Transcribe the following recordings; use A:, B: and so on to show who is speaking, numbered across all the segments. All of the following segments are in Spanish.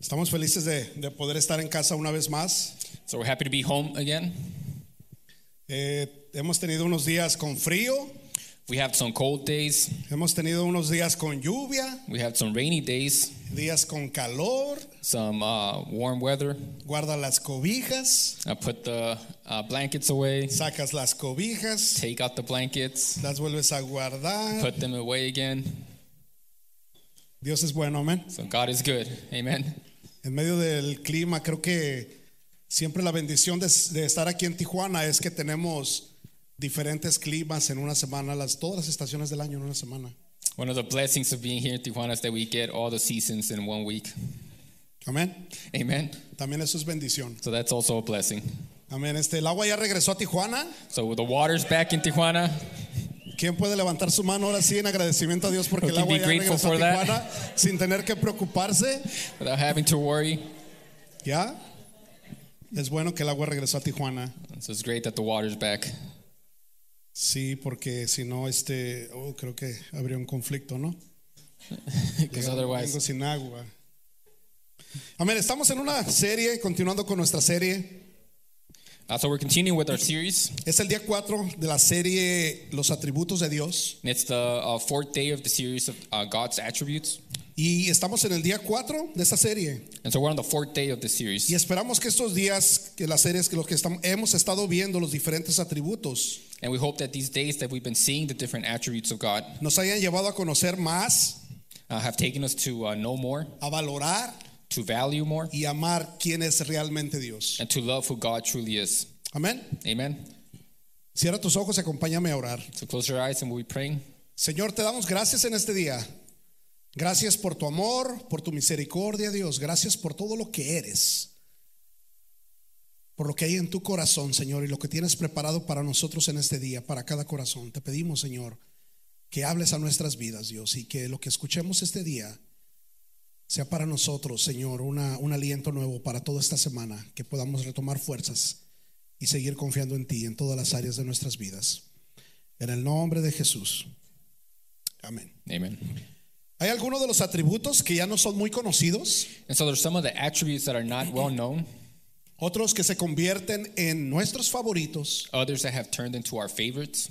A: Estamos felices de, de poder estar en casa una vez más.
B: So we're happy to be home again.
A: Eh, hemos tenido unos días con frío,
B: We have some cold days,
A: hemos tenido unos días con lluvia,
B: we have some rainy days,
A: días con calor.
B: some uh, warm weather.
A: Guarda las cobijas,
B: I put the uh, blankets away,
A: sacas las cobijas,
B: take out the blankets,
A: las vuelves a guardar.
B: put them away again.
A: Dios es bueno, amén.
B: So God is good. Amen.
A: En medio del clima, creo que siempre la bendición de, de estar aquí en Tijuana es que tenemos diferentes climas en una semana, las, todas las estaciones del año en una semana.
B: One of the blessings of being here in Tijuana is that we get all the seasons in one week.
A: Amén.
B: Amen.
A: También eso es bendición.
B: So that's also a blessing.
A: Amén. Este, el agua ya regresó a Tijuana.
B: So the water's back in Tijuana.
A: ¿Quién puede levantar su mano ahora sí en agradecimiento a Dios porque el
B: Would you
A: agua
B: be
A: ya
B: grateful
A: regresó a
B: for that?
A: Tijuana sin tener que preocuparse?
B: Without having to worry.
A: ¿Ya? Es bueno que el agua regresó a Tijuana.
B: So it's great that the water's back.
A: Sí, porque si no, este, oh, creo que habría un conflicto, ¿no?
B: Because
A: Llegar un
B: otherwise,
A: domingo sin agua. Amén. Estamos en una serie, continuando con nuestra serie.
B: Uh, so we're continuing with our series.
A: Es el día 4 de la serie Los atributos de Dios.
B: And It's the uh, fourth day of the series of uh, God's attributes.
A: Y estamos en el día 4 de esta serie.
B: And so we're on the fourth day of the series.
A: Y esperamos que estos días, que las series que los que estamos, hemos estado viendo, los diferentes atributos,
B: And we hope that these days that we've been seeing the different attributes of God
A: nos hayan llevado a conocer más,
B: uh, have taken us to uh, know more,
A: a valorar
B: to value more,
A: y amar quién es realmente Dios.
B: and to love who God truly is.
A: Amén.
B: Amen.
A: Cierra tus ojos y acompáñame a orar.
B: So close your eyes and we'll be praying.
A: Señor, te damos gracias en este día. Gracias por tu amor, por tu misericordia, Dios. Gracias por todo lo que eres. Por lo que hay en tu corazón, Señor, y lo que tienes preparado para nosotros en este día, para cada corazón. Te pedimos, Señor, que hables a nuestras vidas, Dios, y que lo que escuchemos este día sea para nosotros, Señor, una, un aliento nuevo para toda esta semana, que podamos retomar fuerzas y seguir confiando en ti en todas las áreas de nuestras vidas. En el nombre de Jesús. Amén.
B: Amen.
A: Hay algunos de los atributos que ya no son muy conocidos,
B: And so there's some of the attributes that are not well known,
A: otros que se convierten en nuestros favoritos,
B: others that have turned into our favorites.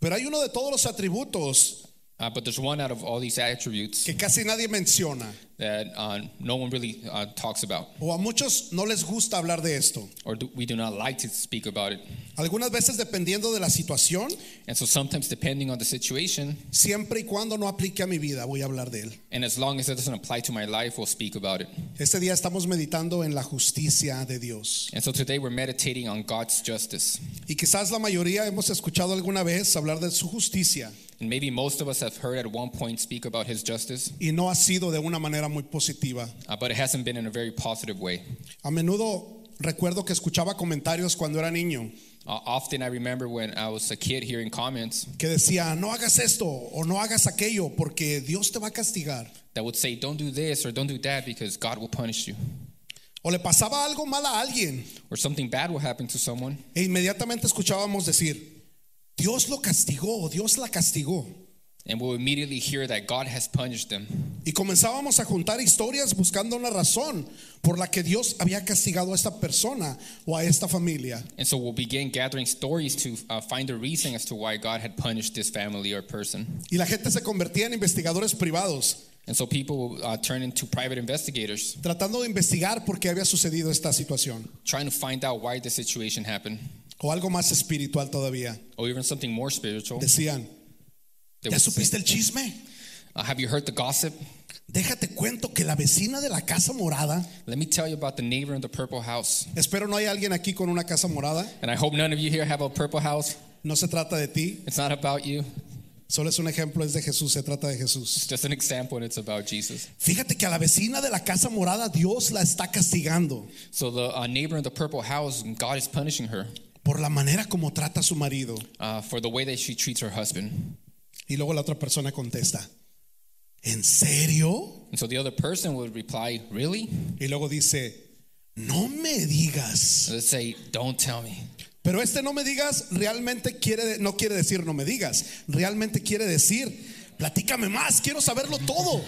A: pero hay uno de todos los atributos
B: Uh, but there's one out of all these attributes
A: que casi nadie menciona
B: that uh, no one really uh, talks about,
A: o a muchos no les gusta hablar de esto.
B: or do, we do not like to speak about it.
A: Algunas veces dependiendo de la situación,
B: And so sometimes, depending on the situation,
A: siempre y cuando no aplique a mi vida, voy a hablar de él.
B: and as long as it doesn't apply to my life, we'll speak about it.
A: Este día estamos meditando en la justicia de Dios.
B: And so today we're meditating on God's justice.
A: Y quizás la mayoría hemos escuchado alguna vez hablar de su justicia
B: And maybe most of us have heard at one point speak about his justice,
A: y no ha sido de una manera muy positiva.
B: uh, but it hasn't been in a very positive way.
A: A menudo recuerdo que escuchaba comentarios cuando era niño
B: Uh, often I remember when I was a kid hearing comments
A: que decía, no hagas esto o no hagas aquello porque Dios te va a castigar.
B: that would say, don't do this or don't do that because God will punish you.
A: O le pasaba algo mal a alguien
B: Or something bad will happen to someone.
A: e inmediatamente escuchábamos decir, Dios lo castigó o Dios la castigó.
B: And we'll immediately hear that God has punished them.
A: Y comenzábamos a juntar historias buscando una razón por la que Dios había castigado a esta persona o a esta familia.
B: And so we'll begin gathering stories to uh, find a reason as to why God had punished this family or person.
A: Y la gente se convertía en investigadores privados,
B: And so people will uh, turn into private investigators
A: tratando de investigar por qué había sucedido esta situación.
B: trying to find out why the situation happened,
A: O algo más espiritual todavía.
B: or even something more spiritual.
A: Decían,
B: They
A: ¿ya
B: would say,
A: supiste el chisme?
B: uh, have you heard the gossip?
A: Déjate cuento que la vecina de la casa morada,
B: Let me tell you about the neighbor in the purple house.
A: espero no hay alguien aquí con una casa morada,
B: And I hope none of you here have a purple house.
A: no se trata de ti,
B: It's not about you.
A: solo es un ejemplo, es de Jesús, se trata de Jesús.
B: It's just an example, and it's about Jesus.
A: Fíjate que a la vecina de la casa morada Dios la está castigando
B: So the uh, neighbor in the purple house, God is punishing her
A: por la manera como trata a su marido.
B: uh, for the way that she treats her husband.
A: Y luego la otra persona contesta, ¿en serio?
B: And so the other person would reply, "Really?"
A: Y luego dice, no me digas.
B: Let's say, "Don't tell me."
A: Pero este no me digas realmente quiere, no quiere decir no me digas, realmente quiere decir Platícame más, quiero saberlo todo.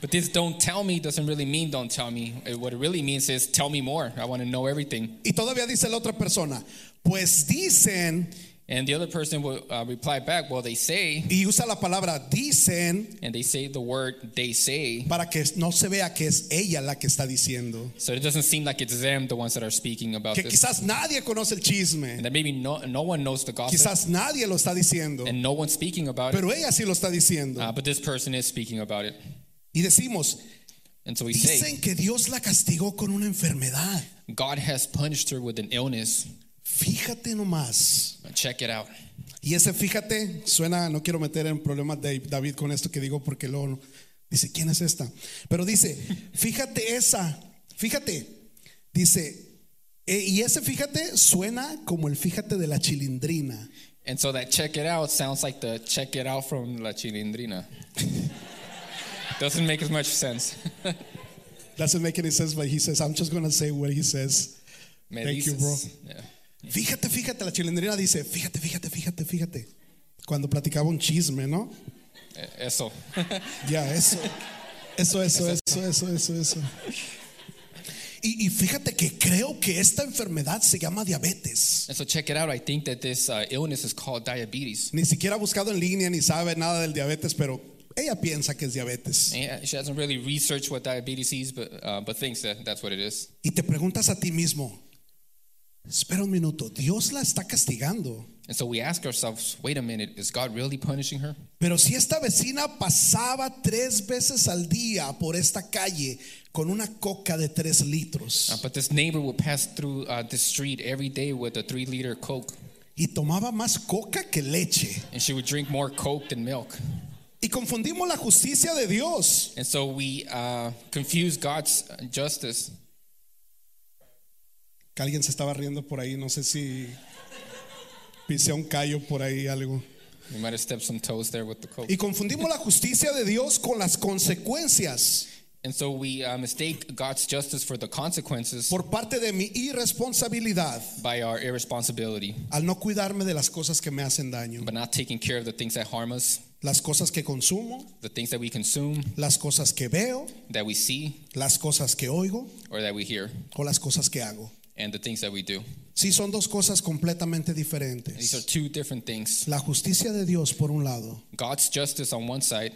B: But this don't tell me doesn't really mean don't tell me. Uh, What it really means is tell me more. I want to know everything.
A: Y todavía dice la otra persona, pues dicen,
B: And the other person will uh, reply back, well, they say,
A: y usa la palabra dicen
B: and they say the word they say.
A: para que no se vea que es ella la que está diciendo.
B: So it doesn't seem like it's them, the ones that are speaking about
A: Que
B: this.
A: quizás nadie conoce el
B: And
A: chisme,
B: that maybe no, no one knows the gospel
A: quizás nadie lo está diciendo,
B: and no one's speaking about it.
A: pero ella sí lo está
B: Uh,
A: diciendo.
B: but this person is speaking about it.
A: Y decimos,
B: And so we say,
A: dicen que Dios la castigó con una enfermedad.
B: God has punished her with an illness.
A: Fíjate nomás.
B: Check it out.
A: Y ese fíjate, suena, no quiero meter en problemas de David con esto que digo porque luego no- dice, ¿quién es esta? Pero dice, fíjate esa, fíjate, dice, eh, y ese fíjate suena como el fíjate de la chilindrina.
B: And so that check it out sounds like the check it out from La Chilindrina. Doesn't make as much sense.
A: Doesn't make any sense, but he says, I'm just gonna say what he says.
B: Me
A: Thank you, bro.
B: Yeah.
A: Fíjate, fíjate, la chilindrina dice, fíjate, fíjate, fíjate, fíjate. Cuando platicaba un chisme, ¿no?
B: Eh, Eso.
A: Ya, eso. Eso, eso, eso, eso, eso, eso. Y, y fíjate que creo que esta enfermedad se llama diabetes.
B: and so check it out. I think that this uh, illness is called diabetes.
A: Ni siquiera ha buscado en línea ni sabe nada del diabetes, pero ella piensa que es diabetes.
B: Yeah, she hasn't really researched what diabetes is, but uh, but thinks that that's what it is.
A: Y te preguntas a ti mismo, espera un minuto, Dios la está castigando.
B: And so we ask ourselves, wait a minute, is God really punishing her?
A: Pero si esta vecina pasaba tres veces al día por esta calle con una coca de tres
B: Uh,
A: litros
B: but this neighbor would pass through uh, the street every day with a three-liter Coke,
A: y tomaba más coca que leche
B: and she would drink more Coke than milk.
A: y confundimos la justicia de Dios
B: And so we uh, confuse God's justice.
A: Que alguien se estaba riendo por ahí, no sé si pisé un callo por ahí, algo.
B: We might have stepped some toes there with the Coke.
A: Y confundimos la justicia de Dios con las consecuencias
B: And so we uh, mistake God's justice for the consequences
A: por parte de mi irresponsabilidad
B: by our irresponsibility,
A: al no cuidarme de las cosas que me hacen daño,
B: but not taking care of the things that harm us,
A: las cosas que consumo,
B: the things that we consume,
A: las cosas que veo,
B: that we see,
A: las cosas que oigo
B: or that we hear,
A: o las cosas que hago.
B: and the things that we do.
A: Sí, son dos cosas completamente
B: These are
A: diferentes.
B: two different things.
A: La justicia de Dios por un lado
B: God's justice on one side,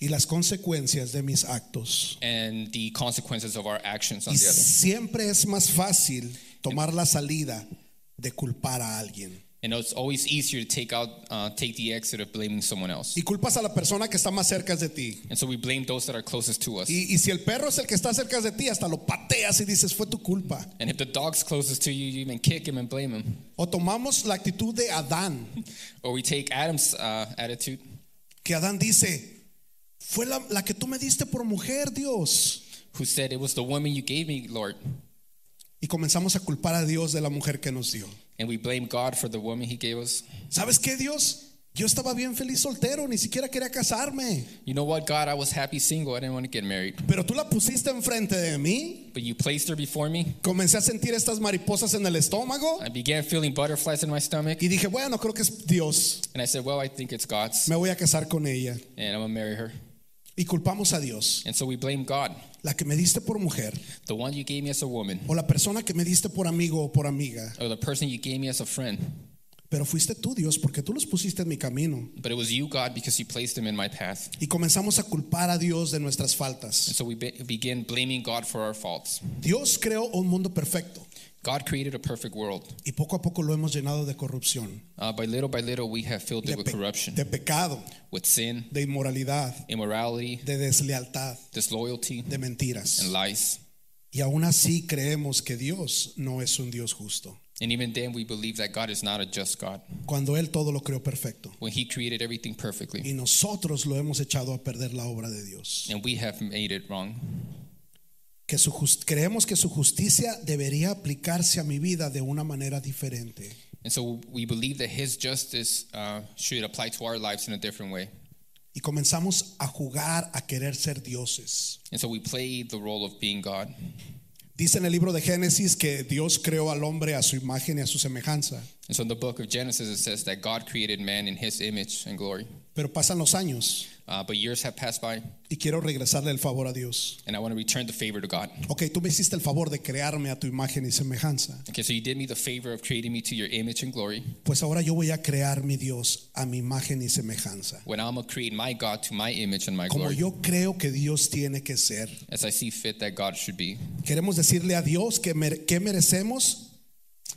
A: y las consecuencias de mis actos.
B: and the consequences of our actions on
A: Y
B: the other.
A: siempre es más fácil tomar la salida de culpar a alguien.
B: And it's always easier to take out, uh, take the exit of blaming someone else.
A: Y culpas a la persona que está más cerca de ti.
B: And so we blame those that are closest to us.
A: Y, y si el perro es el que está cerca de ti, hasta lo pateas y dices, fue tu culpa.
B: And if the dog's closest to you, you even kick him and blame him.
A: O tomamos la actitud de Adán,
B: Or we take Adam's uh, attitude.
A: que Adán dice, fue la, la que tú me diste por mujer, Dios.
B: who said, It was the woman you gave me, Lord.
A: Y comenzamos a culpar a Dios de la mujer que nos dio.
B: And we blame God for the woman he gave us.
A: ¿Sabes qué, Dios? Yo estaba bien feliz soltero, ni siquiera quería casarme.
B: You know what, God? I was happy single. I didn't want to get married.
A: Pero tú la pusiste enfrente de mí.
B: But you placed her before me.
A: Comencé a sentir estas mariposas en el estómago.
B: I began feeling butterflies in my stomach.
A: Y dije, bueno, creo que es Dios.
B: And I said, Well, I think it's God's.
A: Me voy a casar con ella.
B: And I'm going to marry her.
A: Y culpamos a Dios,
B: And so we blame God,
A: la que me diste por mujer,
B: the one you gave me as a woman,
A: o la persona que me diste por amigo o por amiga.
B: or the person you gave me as a friend.
A: Pero fuiste tú, Dios, porque tú los pusiste en mi camino.
B: But it was you, God, because you placed them in my path.
A: Y comenzamos a culpar a Dios de nuestras
B: And
A: faltas.
B: so we be- begin blaming God for our faults.
A: Dios creó un mundo perfecto
B: God created a perfect world.
A: y poco a poco lo hemos llenado de corrupción,
B: Uh, by little by little, we have filled
A: de,
B: it with
A: pe-
B: corruption,
A: de pecado,
B: with sin,
A: de inmoralidad,
B: immorality,
A: de deslealtad,
B: disloyalty,
A: de
B: and
A: mentiras.
B: lies.
A: Y aún así creemos que Dios no es un Dios justo,
B: And even then, we believe that God is not a just God
A: cuando Él todo lo creó perfecto.
B: when He created everything perfectly,
A: y nosotros lo hemos echado a perder la obra de Dios.
B: and we have made it wrong.
A: Que su jus- creemos que su justicia debería aplicarse a mi vida de una manera diferente.
B: And so we believe that His justice uh, should apply to our lives in a different way.
A: Y comenzamos a jugar a querer ser dioses.
B: And so we play the role of being God.
A: Dice en el libro de Génesis que Dios creó al hombre a su imagen y a su semejanza.
B: And so in the book of Genesis, it says that God created man in His image and glory.
A: Pero pasan los años
B: Uh, Uh, but years have passed by,
A: y quiero regresarle el favor a Dios.
B: and I want to return the favor to God.
A: Ok, tú me hiciste el favor de crearme a tu imagen y semejanza.
B: Okay, so you did me the favor of creating me to your image and glory.
A: Pues ahora yo voy a crear mi Dios a mi imagen y semejanza.
B: When I'm going to create my God to my image and my
A: Como
B: glory,
A: yo creo que Dios tiene que ser.
B: as I see fit that God should be.
A: Queremos decirle a Dios que, mer- qué merecemos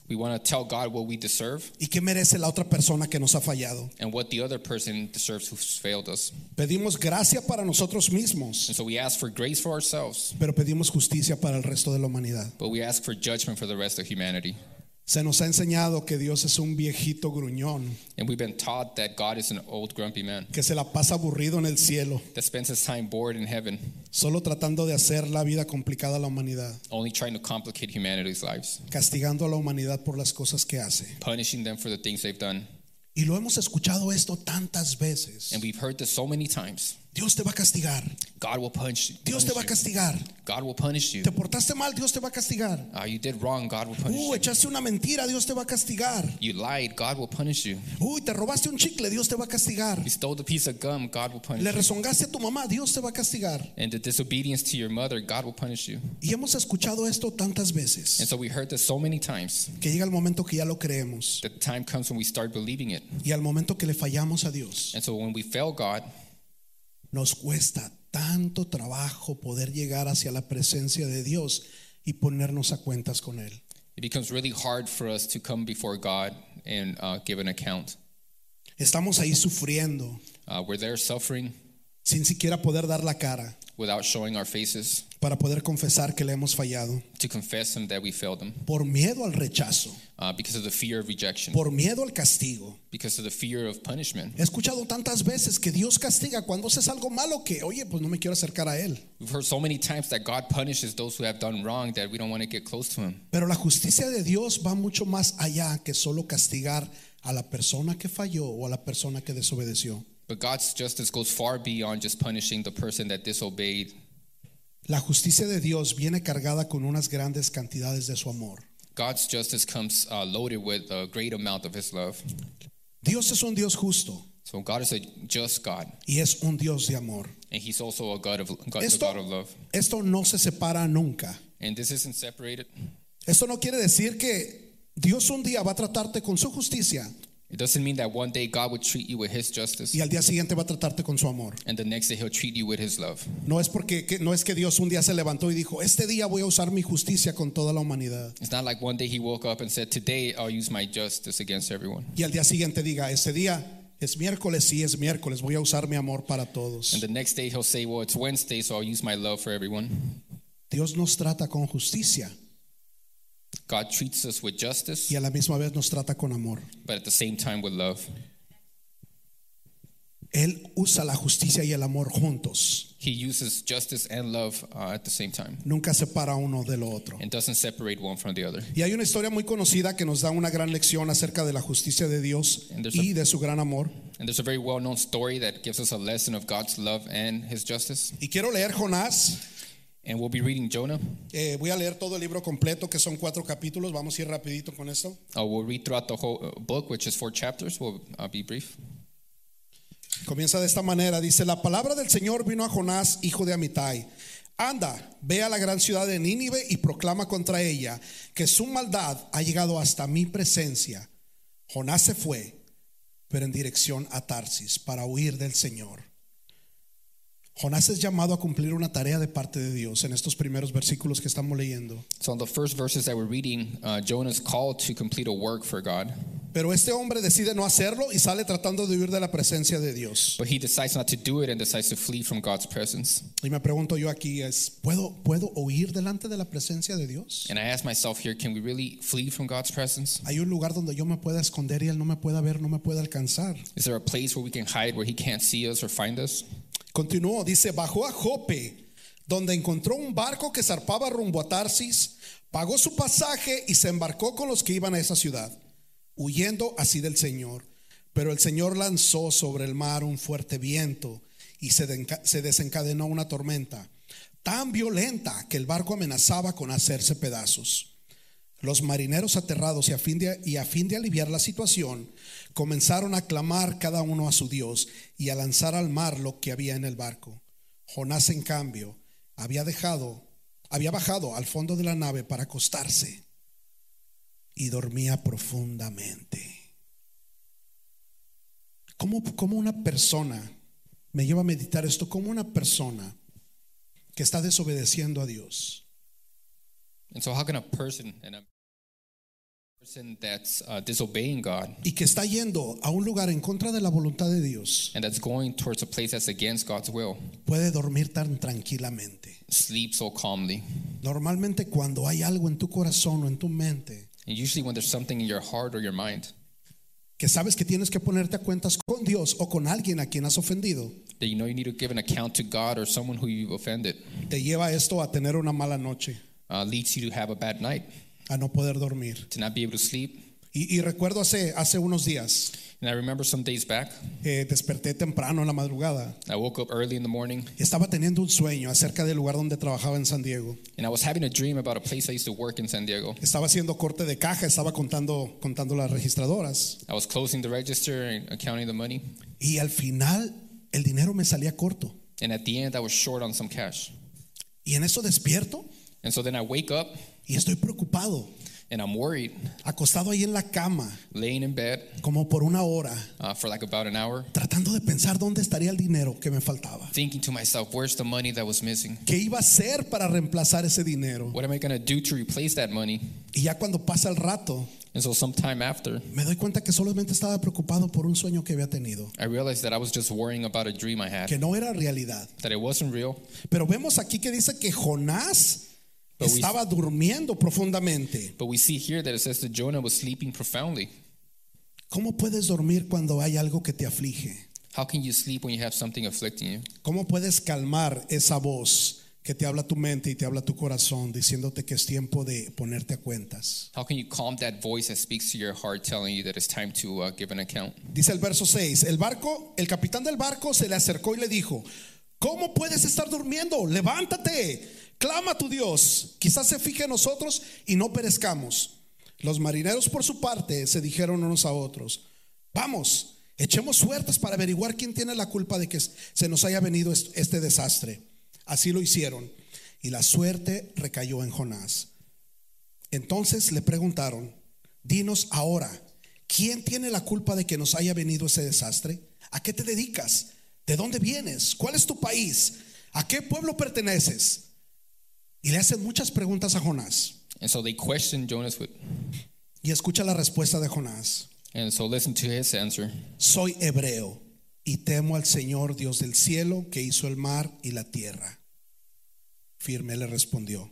B: We want to tell God what we deserve
A: y qué merece la otra persona que nos ha fallado.
B: and what the other person deserves who's failed us.
A: Pedimos gracia para nosotros mismos,
B: And so we ask for grace for ourselves,
A: pero pedimos justicia para el resto de la humanidad.
B: but we ask for judgment for the rest of humanity.
A: Se nos ha enseñado que Dios es un viejito gruñón
B: And we've been taught that God is an old, grumpy man
A: que se la pasa aburrido en el cielo,
B: that spends his time bored in heaven,
A: solo tratando de hacer la vida complicada a la humanidad,
B: only trying to complicate humanity's lives,
A: castigando a la humanidad por las cosas que hace.
B: punishing them for the things they've done.
A: Y lo hemos escuchado esto tantas veces.
B: And we've heard this so many times
A: Dios te va a castigar,
B: God will punish you.
A: Dios te va a
B: punish
A: castigar.
B: you. God will punish you.
A: Te portaste mal, Dios te va a castigar.
B: Uh, you did wrong, God will punish
A: Uh,
B: you.
A: echaste una mentira, Dios te va a castigar.
B: You lied, God will punish you.
A: Uy, te robaste un chicle, Dios te va a castigar.
B: You stole the piece of gum, God will punish
A: Le
B: you.
A: rezongaste a tu mamá, Dios te va a castigar.
B: And the disobedience to your mother, God will punish you.
A: Y hemos escuchado esto tantas
B: And
A: veces
B: so we heard this so many times.
A: que llega el momento que ya lo creemos
B: The time comes when we start believing it.
A: y al momento que le fallamos a Dios.
B: And so when we fail God,
A: Nos cuesta tanto trabajo poder llegar hacia la presencia de Dios y ponernos a cuentas con Él.
B: it becomes really hard for us to come before God and uh, give an account.
A: Estamos ahí sufriendo
B: Uh, we're there suffering
A: sin siquiera poder dar la cara
B: without showing our faces
A: para poder confesar que le hemos fallado
B: to confess Him that we failed Him
A: por miedo al rechazo,
B: uh, because of the fear of rejection,
A: por miedo al castigo.
B: because of the fear of punishment.
A: He escuchado tantas veces que Dios castiga cuando haces algo malo que, oye, pues no me quiero acercar a Él.
B: We've heard so many times that God punishes those who have done wrong that we don't want to get close to Him.
A: Pero la justicia de Dios va mucho más allá que solo castigar a la persona que falló o a la persona que desobedeció.
B: But God's justice goes far beyond just punishing the person that disobeyed.
A: La justicia de Dios viene cargada con unas grandes cantidades de su amor.
B: God's justice comes uh, loaded with a great amount of His love.
A: Dios es un Dios justo
B: So God is a just God,
A: y es un Dios de amor.
B: and He's also a God of God, the
A: Esto-
B: God of love.
A: Esto no se separa nunca.
B: And this isn't separated.
A: Esto no quiere decir que Dios un día va a tratarte con su justicia
B: It doesn't mean that one day God would treat you with His justice,
A: y al día siguiente va a tratarte con su amor.
B: and the next day He'll treat you with His love.
A: No es porque que- no es que Dios un día se levantó y dijo, "Este día voy a usar mi justicia con toda la humanidad."
B: It's not like one day He woke up and said, "Today I'll use my justice against everyone,"
A: Y al día siguiente diga, "Este día es miércoles, sí es miércoles, voy a usar mi amor para todos."
B: and the next day He'll say, "Well, it's Wednesday, so I'll use my love for everyone."
A: Dios nos trata con justicia
B: God treats us with justice,
A: y a la misma vez nos trata con amor.
B: but at the same time with love.
A: Él usa la justicia y el amor juntos,
B: He uses justice and love uh, at the same time,
A: nunca separa uno de lo otro.
B: and doesn't separate one from the other.
A: Y hay una historia muy conocida que nos da una gran lección acerca de la justicia de Dios y de su gran amor.
B: And there's a very well known story that gives us a lesson of God's love and His justice.
A: Y quiero leer Jonás.
B: And we'll be reading Jonah.
A: Eh, voy a leer todo el libro completo, que son cuatro capítulos. Vamos a ir rapidito con esto.
B: Uh, we'll read throughout the whole uh, book, which is four chapters. We'll uh, be brief.
A: Comienza de esta manera, dice, la palabra del Señor vino a Jonás, hijo de Amitai. Anda, ve a la gran ciudad de Nínive y proclama contra ella que su maldad ha llegado hasta mi presencia. Jonás se fue, pero en dirección a Tarsis, para huir del Señor. Jonás es llamado a cumplir una tarea de parte de Dios en estos primeros versículos que estamos leyendo.
B: So, in the first verses that we're reading, uh, Jonah's called to complete a work for God,
A: Pero este hombre decide no hacerlo y sale tratando de huir de la presencia de Dios.
B: but he decides not to do it and decides to flee from God's presence.
A: Y me pregunto yo aquí es, ¿puedo, ¿puedo huir delante de la presencia de Dios?
B: And I ask myself here, can we really flee from God's presence?
A: Hay un lugar donde yo me pueda esconder y Él no me pueda ver, no me pueda alcanzar.
B: Is there a place where we can hide where he can't see us or find us?
A: Continuó, dice, bajó a Jope, donde encontró un barco que zarpaba rumbo a Tarsis, pagó su pasaje y se embarcó con los que iban a esa ciudad, huyendo así del Señor. Pero el Señor lanzó sobre el mar un fuerte viento y se denca- se desencadenó una tormenta tan violenta que el barco amenazaba con hacerse pedazos. Los marineros aterrados y a, fin de, y a fin de aliviar la situación, comenzaron a clamar cada uno a su Dios y a lanzar al mar lo que había en el barco. Jonás, en cambio, había dejado, había bajado al fondo de la nave para acostarse y dormía profundamente. ¿Cómo, cómo una persona, me lleva a meditar esto, como una persona que está desobedeciendo a Dios?
B: And so, how can a person and a person that's uh, disobeying God
A: y que está yendo a un lugar en contra de la voluntad de Dios
B: and that's going towards a place that's against God's will
A: puede dormir tan tranquilamente.
B: sleep so calmly?
A: Normalmente cuando hay algo en tu corazón o en tu mente
B: And usually, when there's something in your heart or your mind
A: que sabes que tienes que ponerte a cuentas con Dios o con alguien a quien has ofendido,
B: that you know you need to give an account to God or someone who you've offended,
A: te lleva esto a tener una mala noche,
B: uh, leads you to have a bad night,
A: a no poder dormir.
B: to not be able to sleep.
A: Y, y recuerdo hace, hace unos días,
B: And I remember some days back,
A: eh, desperté temprano en la madrugada.
B: I woke up early in the morning
A: Estaba teniendo un sueño acerca del lugar donde trabajaba en San Diego.
B: and I was having a dream about a place I used to work in San Diego.
A: Estaba haciendo corte de caja, estaba contando, contando las registradoras.
B: I was closing the register and counting the money,
A: Y al final el dinero me salía corto.
B: and at the end, I was short on some cash.
A: Y en eso despierto
B: And so then I wake up
A: y estoy preocupado,
B: and I'm worried,
A: acostado ahí en la cama,
B: laying in bed
A: como por una hora,
B: uh, for like about an hour,
A: tratando de pensar dónde estaría el dinero que me faltaba.
B: thinking to myself, where's the money that was missing?
A: ¿Qué iba a hacer para reemplazar ese dinero?
B: What am I going to do to replace that money?
A: Y ya cuando pasa el rato,
B: And so, sometime after,
A: me doy cuenta que solamente estaba preocupado por un sueño que había tenido,
B: I realized that I was just worrying about a dream I had,
A: que no era realidad.
B: that it wasn't real.
A: Pero vemos aquí que dice que Jonás
B: But we-
A: estaba durmiendo profundamente.
B: But we see here that it says that Jonah was sleeping profoundly.
A: ¿Cómo puedes dormir cuando hay algo que te aflige?
B: How can you sleep when you have something afflicting you?
A: ¿Cómo puedes calmar esa voz que te habla tu mente y te habla tu corazón diciéndote que es tiempo de ponerte a cuentas?
B: How can you calm that voice that speaks to your heart telling you that it's time to uh, give an account?
A: Dice el verso 6, el barco, el capitán del barco se le acercó y le dijo, ¿cómo puedes estar durmiendo? Levántate, clama a tu Dios, quizás se fije en nosotros y no perezcamos. Los marineros por su parte se dijeron unos a otros, vamos, echemos suertes para averiguar quién tiene la culpa de que se nos haya venido est- este desastre. Así lo hicieron y la suerte recayó en Jonás. Entonces le preguntaron, dinos ahora, ¿quién tiene la culpa de que nos haya venido ese desastre? ¿A qué te dedicas? ¿De dónde vienes? ¿Cuál es tu país? ¿A qué pueblo perteneces? Y le hacen muchas preguntas a Jonás.
B: And so they questioned Jonas with,
A: Y escucha la respuesta de Jonás.
B: and so listen to his answer.
A: Soy hebreo y temo al Señor Dios del cielo que hizo el mar y la tierra. Firme le respondió.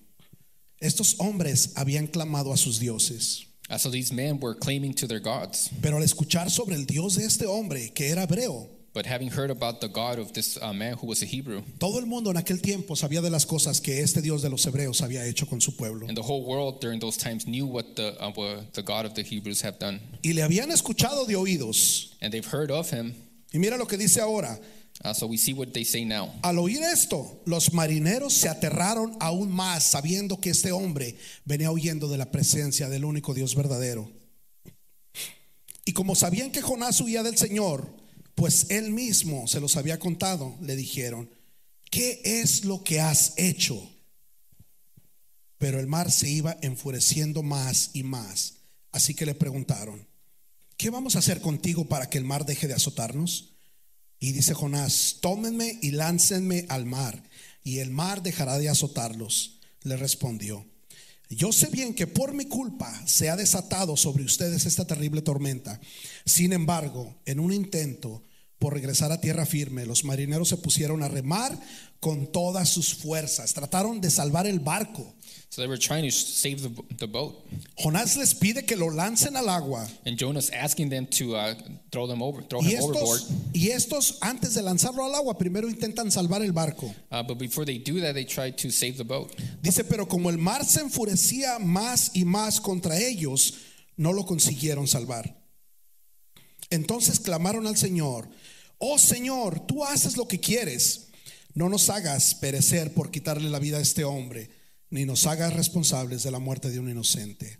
A: Estos hombres habían clamado a sus dioses.
B: Uh, so these men were claiming to their gods,
A: Pero al escuchar sobre el Dios de este hombre, que era hebreo,
B: but having heard about the God of this uh, man who was a Hebrew,
A: todo el mundo en aquel tiempo sabía de las cosas que este Dios de los hebreos había hecho con su pueblo.
B: and the whole world during those times knew what the uh, what the God of the Hebrews have done,
A: Y le habían escuchado de oídos.
B: and they've heard of him.
A: Y mira lo que dice ahora.
B: Uh, so we see what they say now.
A: Al oír esto, los marineros se aterraron aún más, sabiendo que este hombre venía huyendo de la presencia del único Dios verdadero. Y como sabían que Jonás huía del Señor, pues él mismo se los había contado, le dijeron, ¿qué es lo que has hecho? Pero el mar se iba enfureciendo más y más. Así que le preguntaron, ¿qué vamos a hacer contigo para que el mar deje de azotarnos? Y dice Jonás, tómenme y láncenme al mar, y el mar dejará de azotarlos. Le respondió, yo sé bien que por mi culpa se ha desatado sobre ustedes esta terrible tormenta. Sin embargo, en un intento por regresar a tierra firme, los marineros se pusieron a remar con todas sus fuerzas, trataron de salvar el barco.
B: So they were trying to save the, the boat,
A: Jonás les pide que lo lancen al agua.
B: and Jonas asking them to uh, throw them over, throw
A: Y
B: him overboard.
A: estos, y estos, antes de lanzarlo al agua, primero intentan salvar el barco.
B: Uh, but before they do that, they try to save the boat.
A: Dice, pero como el mar se enfurecía más y más contra ellos, no lo consiguieron salvar. Entonces clamaron al Señor, oh Señor, tú haces lo que quieres, no nos hagas perecer por quitarle la vida a este hombre, ni nos hagas responsables de la muerte de un inocente.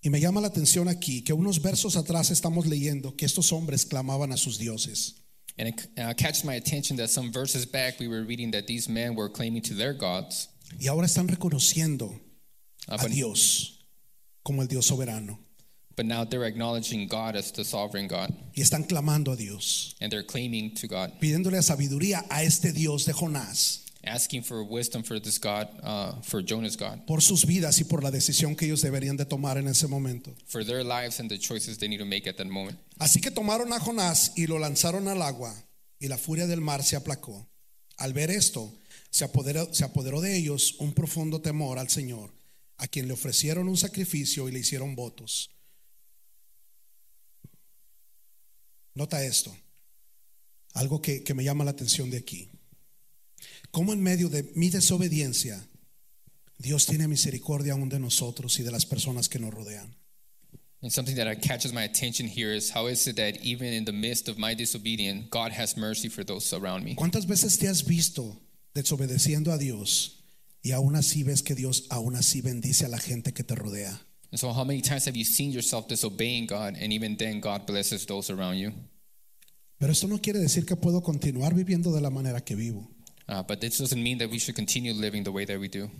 A: Y me llama la atención aquí que unos versos atrás estamos leyendo que estos hombres clamaban a sus dioses.
B: And it uh, catches my attention that some verses back we were reading that these men were claiming to their gods,
A: Y ahora están reconociendo
B: uh,
A: a
B: but,
A: Dios como el Dios soberano.
B: but now they're acknowledging God as the sovereign God,
A: Y están clamando a Dios,
B: and they're claiming to God,
A: pidiéndole sabiduría a este Dios de Jonás
B: asking for wisdom for this God, uh, for Jonah's God,
A: por sus vidas y por la decisión que ellos deberían de tomar en ese momento.
B: for their lives and the choices they need to make at that moment.
A: Así que tomaron a Jonás y lo lanzaron al agua, y la furia del mar se aplacó. Al ver esto, se apoderó, se apoderó de ellos un profundo temor al Señor, a quien le ofrecieron un sacrificio y le hicieron votos. Nota esto, algo que, que me llama la atención de aquí. Cómo en medio de mi desobediencia, Dios tiene misericordia aún de nosotros y de las personas que nos rodean.
B: And something that uh, catches my attention here is how is it that even in the midst of my disobedience, God has mercy for those around me?
A: ¿Cuántas veces te has visto desobedeciendo a Dios y aún así ves que Dios aún así bendice a la gente que te rodea?
B: And so, how many times have you seen yourself disobeying God, and even then, God blesses those around you?
A: Pero esto no quiere decir que puedo continuar viviendo de la manera que vivo.
B: Uh, but this doesn't mean that we should continue living the way that we do.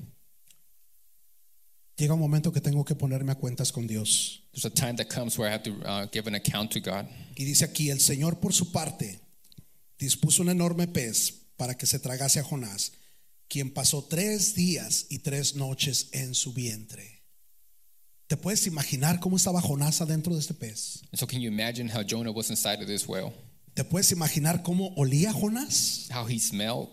A: Llega un momento que tengo que ponerme a cuentas con Dios.
B: There's a time that comes where I have to uh, give an account to God.
A: Y dice aquí, el Señor por su parte dispuso un enorme pez para que se tragase a Jonás, quien pasó tres días y tres noches en su vientre. ¿Te puedes imaginar cómo estaba Jonás adentro de este pez?
B: And so, can you imagine how Jonah was inside of this whale?
A: ¿Te puedes imaginar cómo olía Jonás?
B: How he smelled?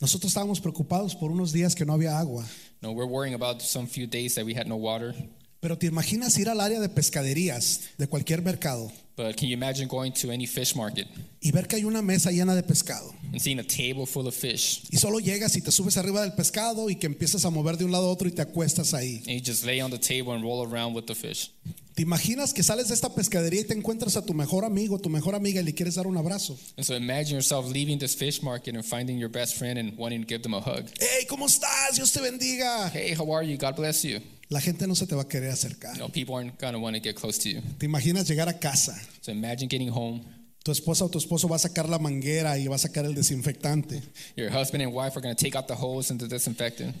A: Nosotros estábamos preocupados por unos días que no había agua.
B: No, we're worrying about some few days that we had no water.
A: Pero te imaginas ir al área de pescaderías de cualquier mercado
B: But can you imagine going to any fish market
A: y ver que hay una mesa llena de pescado.
B: and seeing a table full of fish?
A: Y solo llegas y te subes arriba del pescado y que empiezas a mover de un lado a otro y te acuestas ahí.
B: And you just lay on the table and roll around with the fish.
A: ¿Te imaginas que sales de esta pescadería y te encuentras a tu mejor amigo, tu mejor amiga y le quieres dar un abrazo?
B: And so imagine yourself leaving this fish market and finding your best friend and wanting to give them a hug.
A: ¡Hey, ¿cómo estás? Dios te bendiga.
B: Hey, how are you? God bless you.
A: La gente no se te va a querer
B: You
A: acercar.
B: know, people aren't going to want to get close to you.
A: ¿Te imaginas llegar a casa?
B: So imagine getting home.
A: Tu esposa o tu esposo va a sacar la manguera y va a sacar el desinfectante.
B: Your husband and wife are going to take out the hose and the disinfectant.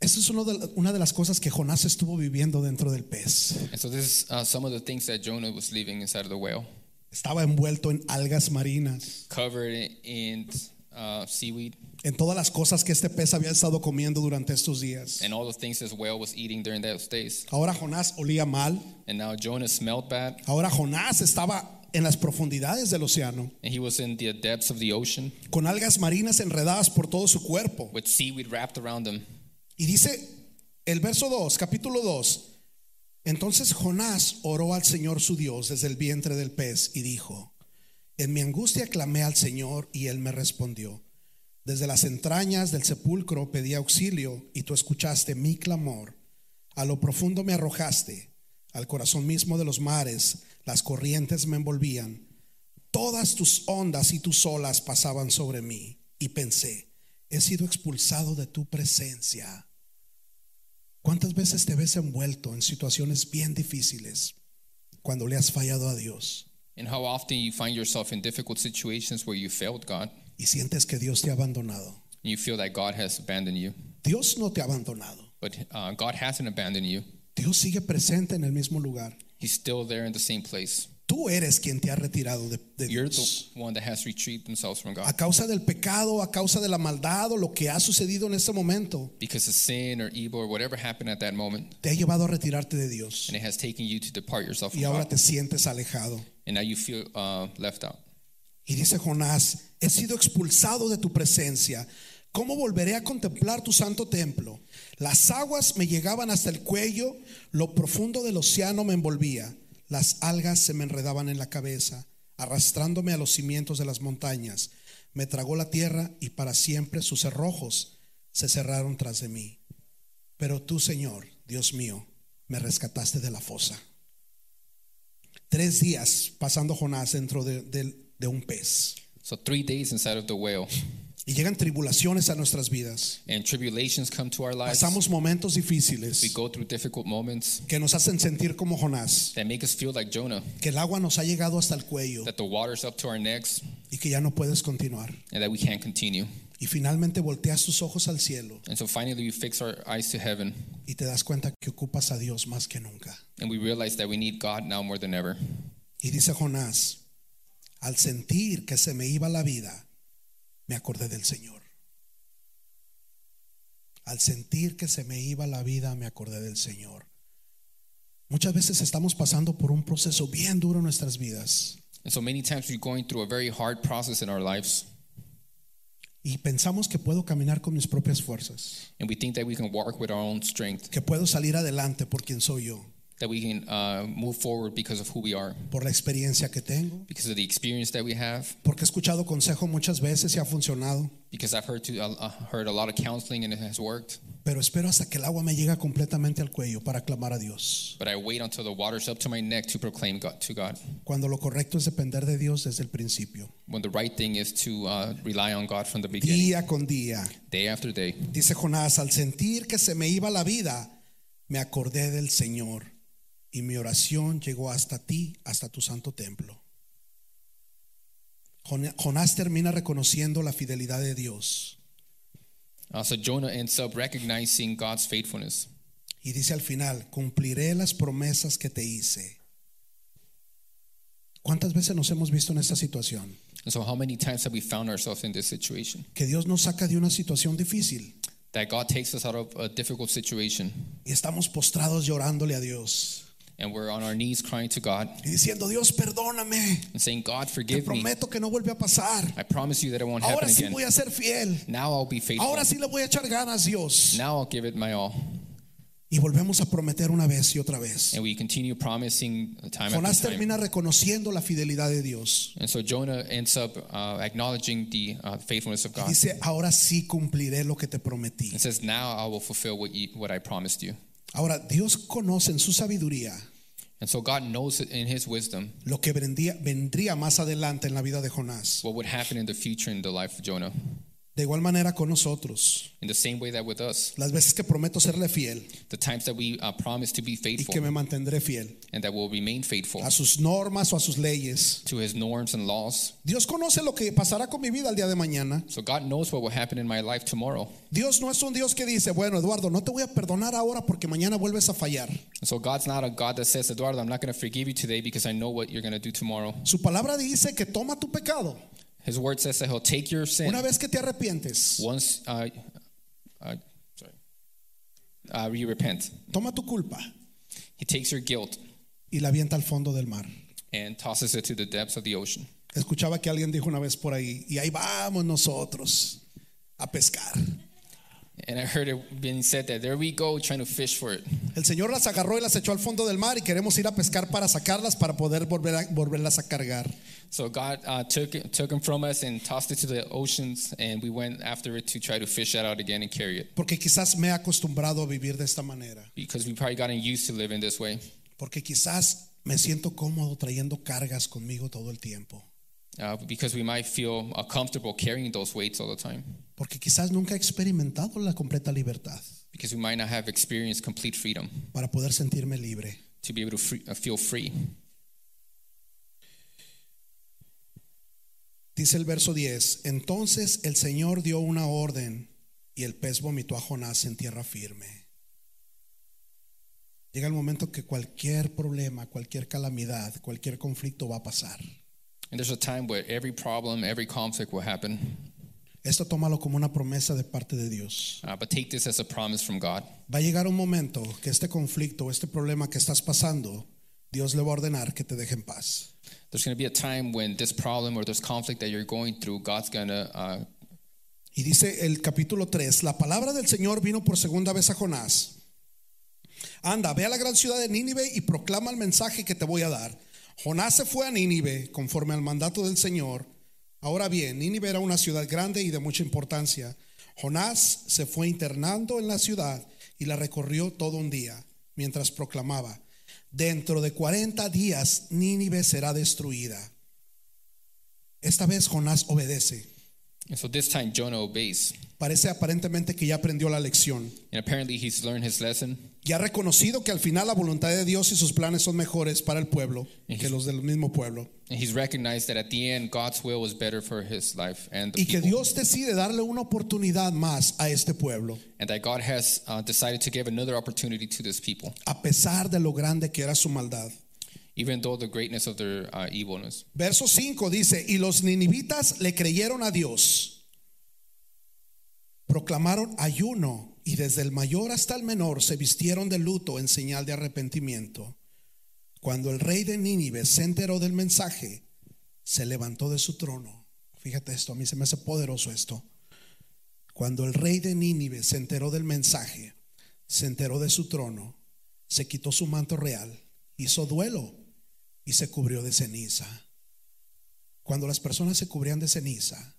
A: Esa es uno de- una de las cosas que Jonás estuvo viviendo dentro del pez.
B: And so this is uh, some of the things that Jonah was leaving inside of the whale,
A: Estaba envuelto en algas marinas,
B: covered in uh, seaweed
A: en todas las cosas que este pez había estado comiendo durante estos días.
B: and all the things this whale was eating during those days.
A: Ahora Jonás olía mal,
B: And now Jonah smelled bad,
A: ahora Jonás estaba en las profundidades del océano,
B: and he was in the depths of the ocean
A: con algas marinas enredadas por todo su cuerpo.
B: with seaweed wrapped around him.
A: Y dice el verso 2, capítulo 2, entonces Jonás oró al Señor su Dios desde el vientre del pez y dijo, en mi angustia clamé al Señor y él me respondió, desde las entrañas del sepulcro pedí auxilio y tú escuchaste mi clamor, a lo profundo me arrojaste, al corazón mismo de los mares las corrientes me envolvían, todas tus ondas y tus olas pasaban sobre mí y pensé, he sido expulsado de tu presencia. ¿Cuántas veces te ves envuelto en situaciones bien difíciles cuando le has fallado a Dios
B: And how often you find yourself in difficult situations where you failed God,
A: y sientes que Dios te ha abandonado?
B: and you feel that God has abandoned you,
A: Dios no te ha abandonado.
B: but uh, God hasn't abandoned you.
A: Dios sigue presente en el mismo lugar.
B: He's still there in the same place.
A: Tú eres quien te ha retirado de, de
B: You're the
A: Dios.
B: one that has retrieved themselves from God
A: A causa del pecado, a causa de la maldad o lo que ha sucedido en ese momento,
B: because of sin or evil or whatever happened at that moment,
A: te ha llevado a retirarte de Dios
B: and it has taken you to depart yourself from
A: y ahora
B: God,
A: te sientes alejado.
B: and now you feel uh, left out.
A: Y dice Jonás, he sido expulsado de tu presencia. ¿Cómo volveré a contemplar tu santo templo? Las aguas me llegaban hasta el cuello, lo profundo del océano me envolvía, las algas se me enredaban en la cabeza, arrastrándome a los cimientos de las montañas. Me tragó la tierra y para siempre sus cerrojos se cerraron tras de mí. Pero tú, Señor, Dios mío, me rescataste de la fosa. Tres días pasando Jonás dentro de, de- de un pez.
B: So three days inside of the whale,
A: Y llegan tribulaciones a nuestras vidas.
B: and tribulations come to our lives.
A: Pasamos momentos
B: We
A: difíciles
B: go through difficult moments
A: que nos hacen sentir como Jonás,
B: that make us feel like Jonah,
A: que el agua nos ha llegado hasta el cuello
B: that the water's up to our necks
A: y que ya no puedes continuar.
B: and that we can't continue.
A: Y finalmente volteas tus ojos al cielo
B: And so finally, we fix our eyes to heaven
A: y te das cuenta que ocupas a Dios más que nunca.
B: and we realize that we need God now more than ever.
A: Y dice Jonás, al sentir que se me iba la vida, me acordé del Señor. Al sentir que se me iba la vida, me acordé del Señor. Muchas veces estamos pasando por un proceso bien duro en nuestras vidas
B: And so many times we're going through a very hard process in our lives
A: y pensamos que puedo caminar con mis propias fuerzas,
B: and we think that we can walk with our own strength,
A: que puedo salir adelante por quien soy yo,
B: that we can uh, move forward because of who we are,
A: por la experiencia que tengo,
B: because of the experience that we have,
A: porque he escuchado consejo muchas veces y ha funcionado,
B: because I've heard, to, uh, uh, heard a lot of counseling and it has worked,
A: pero espero hasta que el agua me llega completamente al cuello para clamar a Dios.
B: but I wait until the water's up to my neck to proclaim God to God
A: cuando lo correcto es depender de Dios desde el principio,
B: when the right thing is to uh, rely on God from the beginning,
A: día con día.
B: day after day.
A: Dice Jonás, al sentir que se me iba la vida, me acordé del Señor y mi oración llegó hasta ti, hasta tu santo templo. Jon- Jonás termina reconociendo la fidelidad de Dios
B: Uh, so Jonah ends up recognizing God's faithfulness.
A: y dice al final, cumpliré las promesas que te hice. ¿Cuántas veces nos hemos visto en esta situación?
B: And so, how many times have we found ourselves in this situation?
A: Que Dios nos saca de una situación difícil
B: That God takes us out of a difficult situation
A: y estamos postrados llorándole a Dios.
B: and we're on our knees crying to God
A: y diciendo, Dios, perdóname,
B: and saying, God,
A: te
B: forgive me.
A: prometo que no vuelve a pasar.
B: I promise you that it won't happen
A: Ahora sí
B: again.
A: voy a ser fiel.
B: Now I'll be faithful.
A: Ahora sí le voy a echar ganas, Dios.
B: Now I'll give it my all.
A: Y volvemos a prometer una vez y otra vez.
B: And we continue promising time
A: Jonás
B: after time.
A: termina reconociendo la fidelidad de Dios.
B: And so Jonah ends up uh, acknowledging the uh, faithfulness of
A: Y
B: God.
A: dice, ahora sí cumpliré lo que te prometí.
B: It says, Now I will fulfill what, you, what I promised you.
A: Ahora, Dios conoce en su sabiduría
B: And so God knows in his wisdom
A: lo que vendría, vendría más adelante en la vida de Jonás.
B: what would happen in the future in the life of Jonah.
A: De igual manera con nosotros.
B: In the same way that with us,
A: Las veces que prometo serle fiel
B: the times that we uh, promise to be
A: y que
B: faithful
A: me mantendré fiel
B: and that will remain faithful
A: a sus normas o a sus leyes.
B: to his norms and laws.
A: Dios conoce lo que pasará con mi vida el día de mañana.
B: So God knows what will happen in my life tomorrow.
A: Dios no es un Dios que dice, bueno, Eduardo, no te voy a perdonar ahora porque mañana vuelves a fallar.
B: And so God's not a God that says, Eduardo, I'm not going to forgive you today because I know what you're going to do tomorrow.
A: Su palabra dice que toma tu pecado
B: His word says that he'll take your sin
A: una vez que te arrepientes.
B: once uh, uh, sorry, uh, you repent.
A: Toma tu culpa
B: He takes your guilt
A: y la avienta al fondo del mar.
B: and tosses it to the depths of the ocean.
A: Escuchaba que alguien dijo una vez por ahí, y ahí vamos nosotros a pescar.
B: And I heard it being said that there we go trying to fish for it.
A: El Señor las agarró y las echó al fondo del mar y queremos ir a pescar para sacarlas, para poder volver a- volverlas a cargar.
B: So God uh, took took them from us and tossed it to the oceans, and we went after it to try to fish that out again and carry it
A: Porque quizás me he acostumbrado a vivir de esta manera.
B: because we probably gotten used to living this way.
A: Porque quizás me siento cómodo trayendo cargas conmigo todo el tiempo.
B: Uh, because we might feel uh, comfortable carrying those weights all the time.
A: Porque quizás nunca he experimentado la completa libertad
B: Because we might not have experienced complete freedom
A: para poder sentirme libre.
B: to be able to free, uh, feel free.
A: Dice el verso 10, entonces el Señor dio una orden y el pez vomitó a Jonás en tierra firme. Llega el momento que cualquier problema, cualquier calamidad, cualquier conflicto va a pasar.
B: And there's a time where every problem, every conflict will happen.
A: Esto tómalo como una promesa de parte de Dios.
B: Uh, but take this as a promise from God.
A: Va a llegar un momento que este conflicto o este problema que estás pasando, Dios le va a ordenar que te deje en paz.
B: There's going to be a time when this problem or this conflict that you're going through, God's going to uh,
A: Y dice el capítulo 3, la palabra del Señor vino por segunda vez a Jonás. Anda, ve a la gran ciudad de Nínive y proclama el mensaje que te voy a dar. Jonás se fue a Nínive conforme al mandato del Señor. Ahora bien, Nínive era una ciudad grande y de mucha importancia. Jonás se fue internando en la ciudad y la recorrió todo un día mientras proclamaba, dentro de 40 días Nínive será destruida. Esta vez Jonás obedece.
B: And so this time Jonah obeys.
A: Parece aparentemente que ya aprendió la lección.
B: And apparently he's learned his lesson.
A: Ya ha reconocido que al final la voluntad de Dios y sus planes son mejores para el pueblo que los del mismo pueblo.
B: And he's recognized that at the end, God's will was better for his life and the
A: Y que
B: people.
A: Dios decide darle una oportunidad más a este pueblo,
B: and that God has uh, decided to give another opportunity to this people,
A: a pesar de lo grande que era su maldad.
B: even though the greatness of their uh, evilness.
A: Verso 5 dice, y los ninivitas le creyeron a Dios. Proclamaron ayuno y desde el mayor hasta el menor se vistieron de luto en señal de arrepentimiento. Cuando el rey de Nínive se enteró del mensaje, se levantó de su trono. Fíjate esto, a mí se me hace poderoso esto. Cuando el rey de Nínive se enteró del mensaje, se enteró de su trono, se quitó su manto real, hizo duelo y se cubrió de ceniza. Cuando las personas se cubrían de ceniza,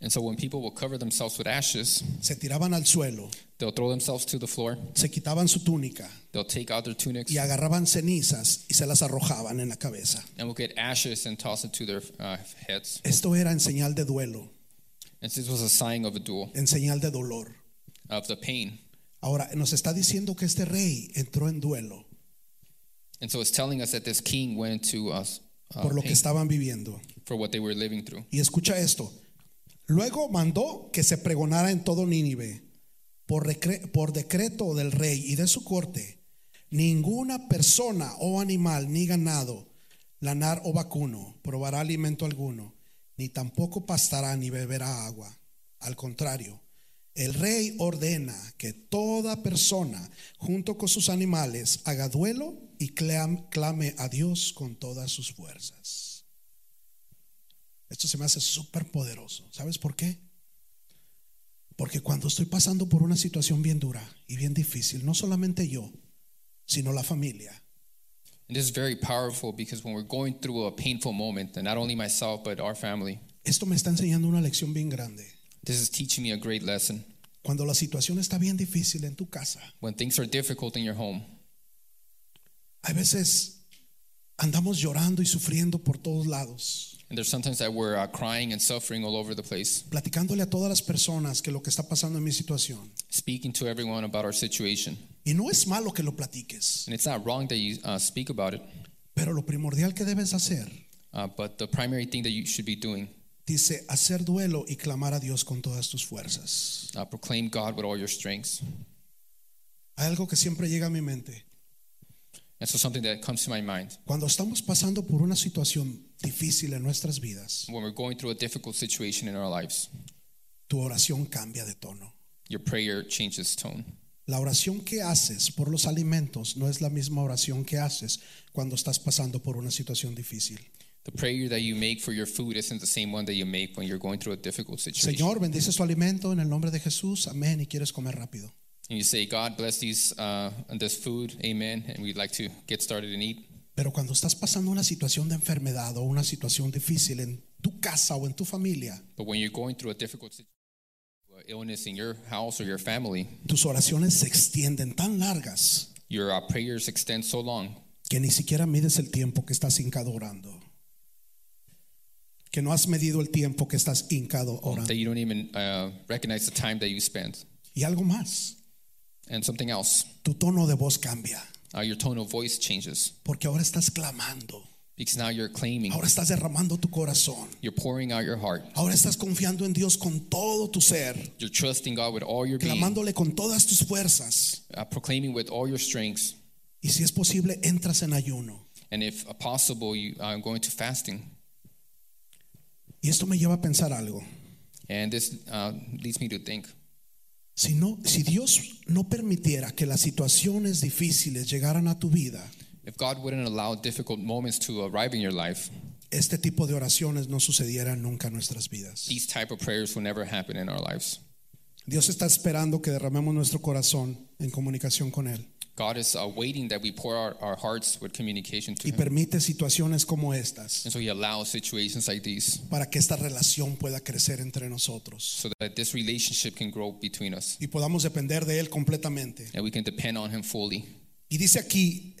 B: And so when people will cover themselves with ashes,
A: se tiraban al suelo,
B: they'll throw themselves to the floor,
A: se quitaban su túnica
B: they'll take out their tunics,
A: y agarraban cenizas y se las arrojaban en la cabeza.
B: and will get ashes and toss it to their uh, heads.
A: Esto era en señal de duelo,
B: And this was a sign of a duel,
A: en señal de dolor.
B: of the pain.
A: Ahora, nos está diciendo que este rey entró en duelo
B: And so it's telling us that this king went to us uh,
A: por lo que
B: pain
A: estaban viviendo.
B: for what they were living through.
A: Y escucha esto. Luego mandó que se pregonara en todo Nínive, por, recre- por decreto del rey y de su corte, ninguna persona o animal ni ganado, lanar o vacuno, probará alimento alguno, ni tampoco pastará ni beberá agua. Al contrario, el rey ordena que toda persona, junto con sus animales, haga duelo y clam- clame a Dios con todas sus fuerzas. Esto se me hace súper poderoso. ¿Sabes por qué? Porque cuando estoy pasando por una situación bien dura y bien difícil, no solamente yo, sino la familia,
B: And this is very powerful because when we're going through a painful moment, and not only myself, but our family,
A: esto me está enseñando una lección bien grande.
B: this is teaching me a great lesson.
A: Cuando la situación está bien difícil en tu casa,
B: When things are difficult in your home,
A: a veces andamos llorando y sufriendo por todos lados,
B: and there's sometimes that we're uh, crying and suffering all over the place,
A: platicándole a todas las personas que lo que está pasando en mi situación.
B: speaking to everyone about our situation.
A: Y no es malo que lo platiques,
B: And it's not wrong that you uh, speak about it,
A: pero lo primordial que debes hacer,
B: uh, but the primary thing that you should be doing,
A: dice, hacer duelo y clamar a Dios con todas tus fuerzas.
B: uh, proclaim God with all your strengths.
A: Hay algo que siempre llega a mi mente.
B: And so something that comes to my mind
A: Cuando estamos pasando por una situación difícil en nuestras vidas,
B: when we're going through a difficult situation in our lives,
A: tu oración cambia de tono.
B: your prayer changes tone.
A: La oración que haces por los alimentos no es la misma oración que haces cuando estás pasando por una situación difícil.
B: The prayer that you make for your food isn't the same one that you make when you're going through a difficult situation.
A: Señor, bendice su alimento en el nombre de Jesús. Amén. Y quieres comer rápido.
B: And you say, God bless these uh, this food, amen, and we'd like to get started and eat.
A: Pero cuando estás pasando una situación de enfermedad o una situación difícil en tu casa o en tu familia,
B: But when you're going through a difficult situation, illness in your house or your family,
A: tus oraciones se extienden tan largas
B: your uh, prayers extend so long
A: que ni siquiera mides el tiempo que estás hincado orando. Que no has medido el tiempo que estás hincado orando.
B: that you don't even uh, recognize the time that you spend.
A: Y algo más,
B: And something else,
A: tu tono de voz cambia,
B: uh, your tone of voice changes
A: porque ahora estás clamando,
B: because now you're claiming,
A: ahora estás derramando tu corazón,
B: you're pouring out your heart,
A: ahora estás confiando en Dios con todo tu ser,
B: you're trusting God with all your being,
A: clamándole con todas tus fuerzas.
B: uh, proclaiming with all your strengths,
A: Y si es posible, entras en ayuno.
B: and if uh, possible, you are going to fasting.
A: Y esto me lleva a pensar algo.
B: And this uh, leads me to think.
A: Si, no, si Dios no permitiera que las situaciones difíciles llegaran a tu vida,
B: If God wouldn't allow difficult moments to arrive in your life,
A: este tipo de oraciones no sucedieran nunca en nuestras vidas.
B: these type of prayers will never happen in our lives.
A: Dios está esperando que derramemos nuestro corazón en comunicación con Él
B: God is uh, waiting that we pour our, our hearts with communication to
A: y
B: Him.
A: permite situaciones como estas
B: And so He allows situations like these
A: para que esta relación pueda crecer entre nosotros
B: so that this relationship can grow between us
A: y podamos depender de Él completamente.
B: and we can depend on Him fully.
A: Y dice aquí,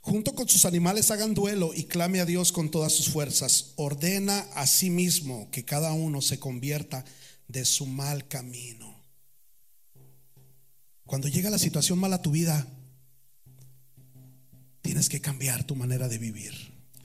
A: junto con sus animales hagan duelo y clame a Dios con todas sus fuerzas. Ordena a sí mismo que cada uno se convierta de su mal camino. Cuando llega la situación mala a tu vida, tienes que cambiar tu manera de vivir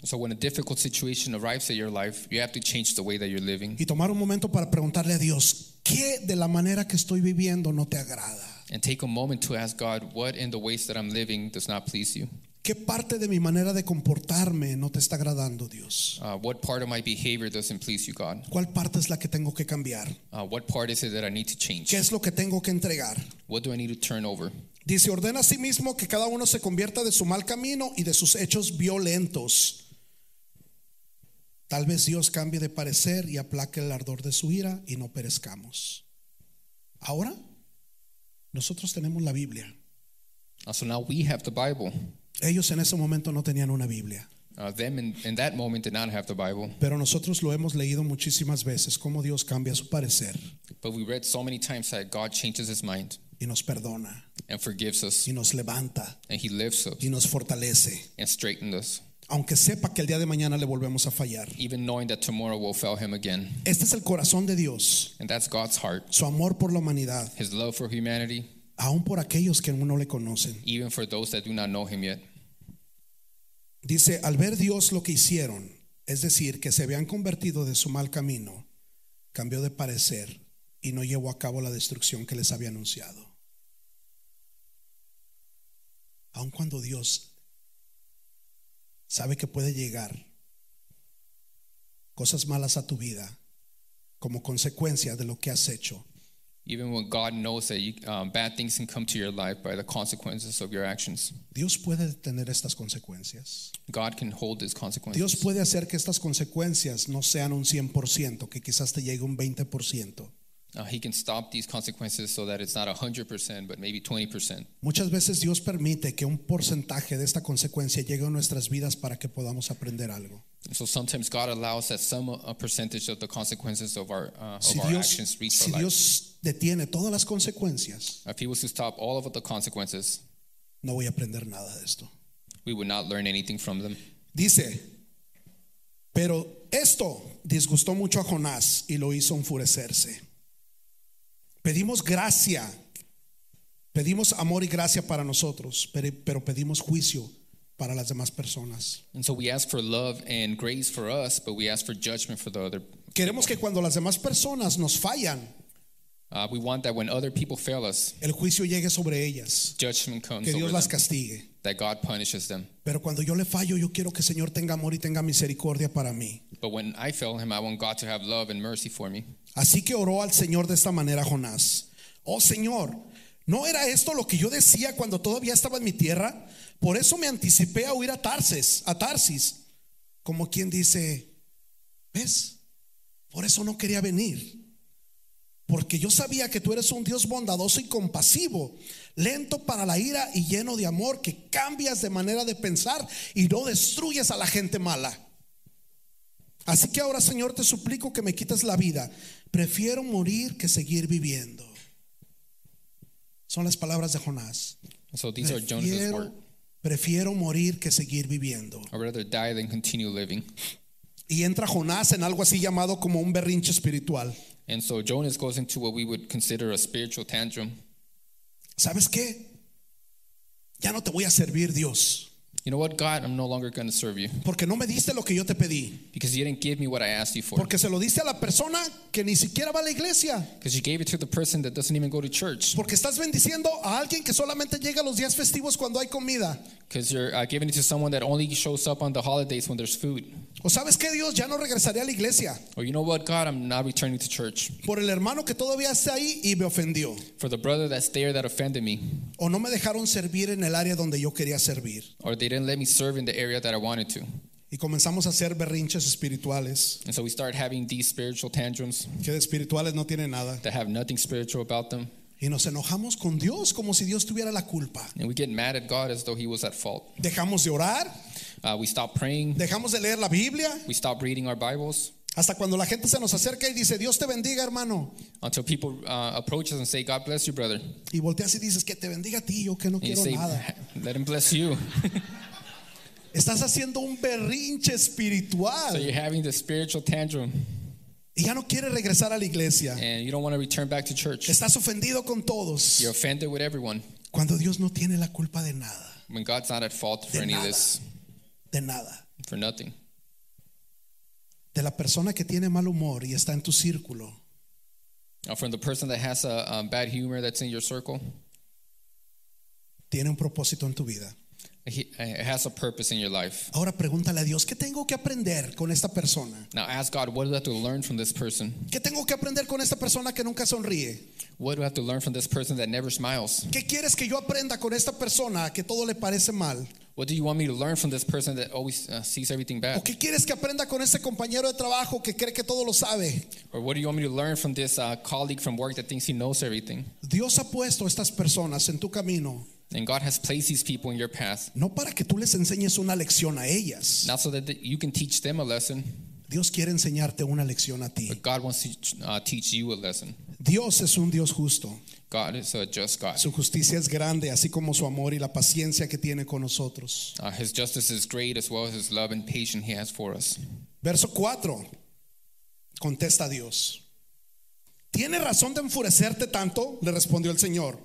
B: So when a difficult situation arrives at your life, you have to change the way that you're living
A: y tomar un momento para preguntarle a Dios, ¿qué de la manera que estoy viviendo no te agrada?
B: and take a moment to ask God, what in the ways that I'm living does not please you?
A: ¿Qué parte de mi manera de comportarme no te está agradando, Dios?
B: Uh, what part of my behavior doesn't please you, God?
A: ¿Cuál parte es la que tengo que cambiar?
B: Uh, what part is it that I need to change?
A: ¿Qué es lo que tengo que entregar?
B: What do I need to turn over?
A: Dice, ordena a sí mismo que cada uno se convierta de su mal camino y de sus hechos violentos. Tal vez Dios cambie de parecer y aplaque el ardor de su ira y no perezcamos. Ahora, nosotros tenemos la Biblia.
B: Uh, so now we have the Bible.
A: Ellos en ese momento no tenían una Biblia,
B: Uh, them in, in that moment did not have the Bible,
A: pero nosotros lo hemos leído muchísimas veces, cómo Dios cambia su parecer
B: but we read so many times that God changes his mind
A: y nos perdona
B: and forgives us,
A: y nos levanta
B: and he lifts us
A: y nos fortalece,
B: and straightens us,
A: aunque sepa que el día de mañana le volvemos a fallar.
B: even knowing that tomorrow will fail him again.
A: Este es el corazón de Dios.
B: And that's God's heart,
A: su amor por la humanidad,
B: his love for humanity,
A: aun por aquellos que aún no le conocen.
B: even for those that do not know him yet.
A: Dice, al ver Dios lo que hicieron, es decir, que se habían convertido de su mal camino, cambió de parecer y no llevó a cabo la destrucción que les había anunciado. Aun cuando Dios sabe que puede llegar cosas malas a tu vida como consecuencia de lo que has hecho,
B: Even when God knows that you, um, bad things can come to your life by the consequences of your actions,
A: Dios puede detener estas consecuencias.
B: God can hold these
A: Dios
B: consequences.
A: puede hacer que estas consecuencias no sean un 100%, que quizás te llegue un 20%.
B: Uh, he can stop these consequences so that it's not 100%, but maybe 20%.
A: Muchas veces Dios permite que un porcentaje de esta consecuencia llegue a nuestras vidas para que podamos aprender algo.
B: And so sometimes God allows that some uh, percentage of the consequences of our, uh, of
A: Si
B: our
A: Dios,
B: actions reach
A: si
B: our life.
A: Dios detiene todas las consecuencias,
B: If he was to stop all of the consequences,
A: no voy a aprender nada de esto.
B: we would not learn anything from them.
A: Dice, pero esto disgustó mucho a Jonás y lo hizo enfurecerse. Pedimos gracia, pedimos amor y gracia para nosotros, pero- pero pedimos juicio para las demás personas.
B: And so we ask for love and grace for us, but we ask for judgment for the other.
A: Queremos que cuando las demás personas nos fallan,
B: Uh, we want that when other people fail us,
A: el juicio llegue sobre ellas,
B: judgment comes
A: que
B: over
A: Dios las
B: them,
A: castigue.
B: that God punishes them.
A: Pero cuando yo le fallo, yo quiero que el Señor tenga amor y tenga misericordia para mí.
B: But when I fail him, I want God to have love and mercy for me.
A: Así que oró al Señor de esta manera Jonás. Oh Señor, ¿no era esto lo que yo decía cuando todavía estaba en mi tierra? Por eso me anticipé a huir a Tarses, a Tarsis, como quien dice, ¿ves? Por eso no quería venir. Porque yo sabía que tú eres un Dios bondadoso y compasivo, lento para la ira y lleno de amor, que cambias de manera de pensar y no destruyes a la gente mala. Así que ahora, Señor, te suplico que me quites la vida. Prefiero morir que seguir viviendo. Son las palabras de Jonás.
B: So these are Jonas's words.
A: Prefiero, prefiero morir que seguir viviendo.
B: I'd rather die than continue living.
A: Y entra Jonás en algo así llamado como un berrinche espiritual.
B: And so Jonas goes into what we would consider a spiritual tantrum.
A: ¿Sabes qué? Ya no te voy a servir, Dios,
B: You know what, God? I'm no longer going to serve you
A: porque no me diste lo que yo te pedí.
B: because you didn't give me what I asked you for.
A: Porque se lo diste a la persona que ni siquiera va a la iglesia.
B: Because you gave it to the person that doesn't even go to church.
A: Porque estás bendiciendo a alguien que solamente llega a los días festivos cuando hay comida.
B: Because you're uh, giving it to someone that only shows up on the holidays when there's food.
A: O sabes qué, Dios, ya no regresaré a la iglesia.
B: Or you know what, God? I'm not returning to church.
A: por el hermano que todavía está ahí y me ofendió.
B: For the brother that's there that offended me,
A: O no me dejaron servir en el área donde yo quería servir.
B: or they didn't let me serve in the area that I wanted to.
A: Y comenzamos a hacer berrinches espirituales,
B: And so we start having these spiritual tantrums
A: que de espirituales no tiene nada.
B: that have nothing spiritual about them.
A: Y nos enojamos con Dios como si Dios tuviera la culpa.
B: And we get mad at God as though He was at fault.
A: Dejamos de orar,
B: Uh, we stop praying.
A: dejamos de leer la Biblia,
B: We stop reading our Bibles
A: hasta cuando la gente se nos acerca y dice, Dios te bendiga hermano.
B: until people uh, approach us and say, God bless you, brother. And
A: Y volteas y dices, que te bendiga a ti, yo que no
B: you
A: quiero
B: say,
A: nada.
B: let him bless you.
A: Estás haciendo un berrinche
B: so
A: espiritual.
B: you're having the spiritual tantrum.
A: y ya no quieres regresar a la iglesia.
B: and you don't want to return back to church.
A: Estás ofendido con todos.
B: You're offended with everyone
A: Cuando Dios no tiene la culpa de nada,
B: when God's not at fault for
A: De
B: any of
A: nada.
B: this,
A: de nada.
B: for nothing.
A: De la persona que tiene mal humor y está en tu círculo,
B: Now, from Uh, the person that has a um, bad humor that's in your circle,
A: tiene un propósito en tu vida.
B: he, it has a purpose in your life.
A: Ahora pregúntale a Dios, ¿qué tengo que aprender con esta persona?
B: Now, ask God, what do I have to learn from this person?
A: ¿Qué tengo que aprender con esta persona que nunca sonríe?
B: What do I have to learn from this person that never smiles?
A: ¿Qué quieres que yo aprenda con esta persona que todo le parece mal?
B: What do you want me to learn from this person that always uh, sees everything
A: ¿O
B: bad?
A: qué quieres que aprenda con este compañero de trabajo que cree que todo lo sabe?
B: Or what do you want me to learn from this uh, colleague from work that thinks he knows everything?
A: Dios ha puesto estas personas en tu camino,
B: And God has placed these people in your path,
A: no para que tú les enseñes una lección a ellas.
B: not so that th- you can teach them a lesson,
A: Dios quiere enseñarte una lección a ti.
B: but God wants to uh, teach you a lesson.
A: Dios es un Dios justo.
B: God is a just God.
A: Su justicia es grande, así como su amor y la paciencia que tiene con nosotros.
B: Uh, his justice is great as well as his love and patience he has for us.
A: Verso 4. Contesta Dios. ¿Tiene razón de enfurecerte tanto? Le respondió el Señor.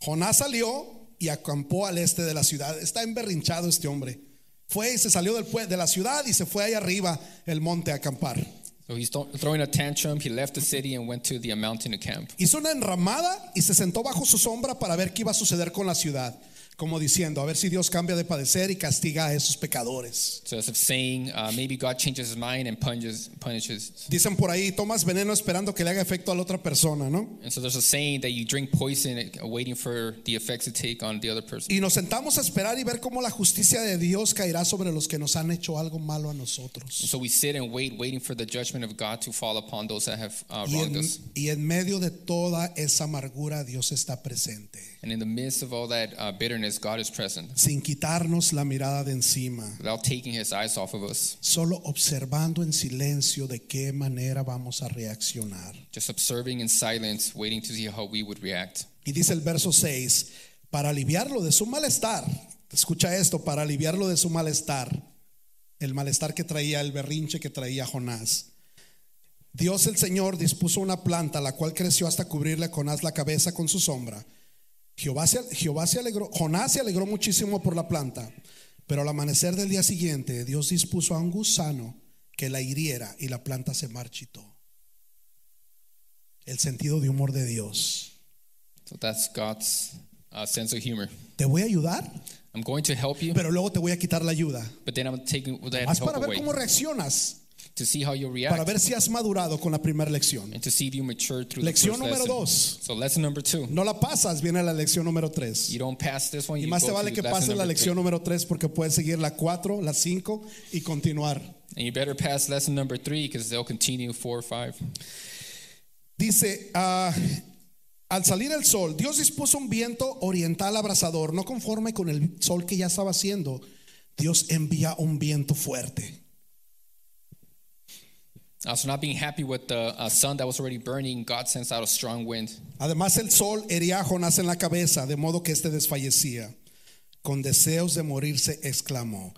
A: Jonás salió y acampó al este de la ciudad. Está emberrinchado este hombre. Fue y se salió del pue- de la ciudad y se fue ahí arriba el monte a acampar.
B: So he's th- throwing a tantrum. He left the city and went to the mountain to camp.
A: Hizo una enramada y se sentó bajo su sombra para ver qué iba a suceder con la ciudad, como diciendo, a ver si Dios cambia de padecer y castiga a esos pecadores.
B: So as if saying, uh, maybe God changes his mind and punches, punishes.
A: Dicen por ahí, tomas veneno esperando que le haga efecto a la otra persona, ¿no?
B: And so there's a saying that you drink poison, uh, waiting for the effects to take on the other person.
A: Y nos sentamos a esperar y ver cómo la justicia de Dios caerá sobre los que nos han hecho algo malo a nosotros.
B: And so we sit and wait, waiting for the judgment of God to fall upon those that have uh,
A: Y
B: wronged
A: en,
B: us.
A: y en medio de toda esa amargura Dios está presente,
B: And in the midst of all that uh, bitterness, God is present
A: sin quitarnos la mirada de encima,
B: without taking his eyes off of us,
A: solo observando en silencio de qué manera vamos a reaccionar.
B: just observing in silence, waiting to see how we would react.
A: Y dice el verso 6, para aliviarlo de su malestar, escucha esto, para aliviarlo de su malestar, el malestar que traía, el berrinche que traía Jonás. Dios el Señor dispuso una planta, la cual creció hasta cubrirle a Jonás la cabeza con su sombra. Jehová se, Jehová se alegró, Jonás se alegró muchísimo por la planta, pero al amanecer del día siguiente Dios dispuso a un gusano que la hiriera y la planta se marchitó. El sentido de humor de Dios.
B: So that's God's uh, sense of humor.
A: Te voy a ayudar,
B: I'm going to help you,
A: pero luego te voy a quitar la ayuda.
B: but then I'm taking that
A: Haz para ver
B: help away
A: cómo reaccionas,
B: to see how you react
A: para ver si has madurado con la primera lección.
B: and to see if you mature through
A: Lección
B: the first
A: número
B: lesson.
A: dos.
B: So lesson number two.
A: No la pasas, viene la lección número 3.
B: You don't pass this one.
A: Y
B: You
A: más
B: go
A: te
B: to
A: vale que
B: lesson
A: pases la
B: number
A: lección
B: three.
A: número 3 porque puedes seguir la 4, la 5 y continuar.
B: And you better pass lesson number three because they'll continue four or five.
A: Dice, ah, al salir el sol, Dios dispuso un viento oriental abrasador, no conforme con el sol que ya estaba haciendo. Dios envía un viento fuerte.
B: Uh, so not being happy with the uh, sun that was already burning, God sends out a strong wind.
A: Además el sol hería a Jonás en la cabeza, de modo que éste desfallecía. Con deseos de morirse, exclamó,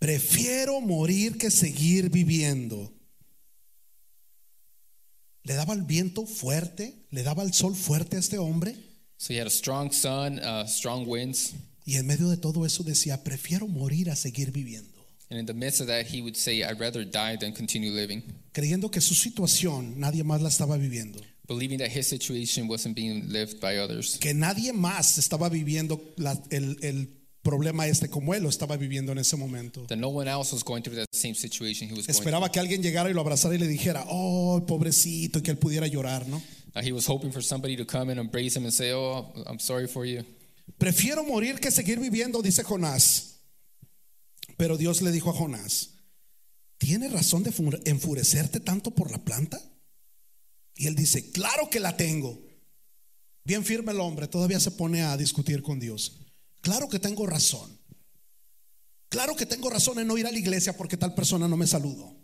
A: prefiero morir que seguir viviendo. ¿Le daba el viento fuerte? ¿Le daba el sol fuerte a este hombre?
B: So he had a strong sun, uh, strong winds,
A: Y en medio de todo eso decía, prefiero morir a seguir viviendo,
B: and in the midst of that, he would say, "I'd rather die than continue living,"
A: creyendo que su situación nadie más la estaba viviendo,
B: believing that his situation wasn't being lived by others,
A: que nadie más estaba viviendo la- el, el problema este como él lo estaba viviendo en ese momento.
B: that no one else was going through that same situation he was going.
A: Esperaba que alguien llegara y lo abrazara y le dijera, oh, pobrecito, y que él pudiera llorar, ¿no?
B: through. Uh, he was hoping for somebody to come and embrace him and say, "Oh, I'm sorry for you."
A: Prefiero morir que seguir viviendo, dice Jonás. Pero Dios le dijo a Jonás, ¿tiene razón de fu- enfurecerte tanto por la planta? Y él dice, claro que la tengo. Bien firme el hombre, todavía se pone a discutir con Dios. Claro que tengo razón. Claro que tengo razón en no ir a la iglesia porque tal persona no me saludó.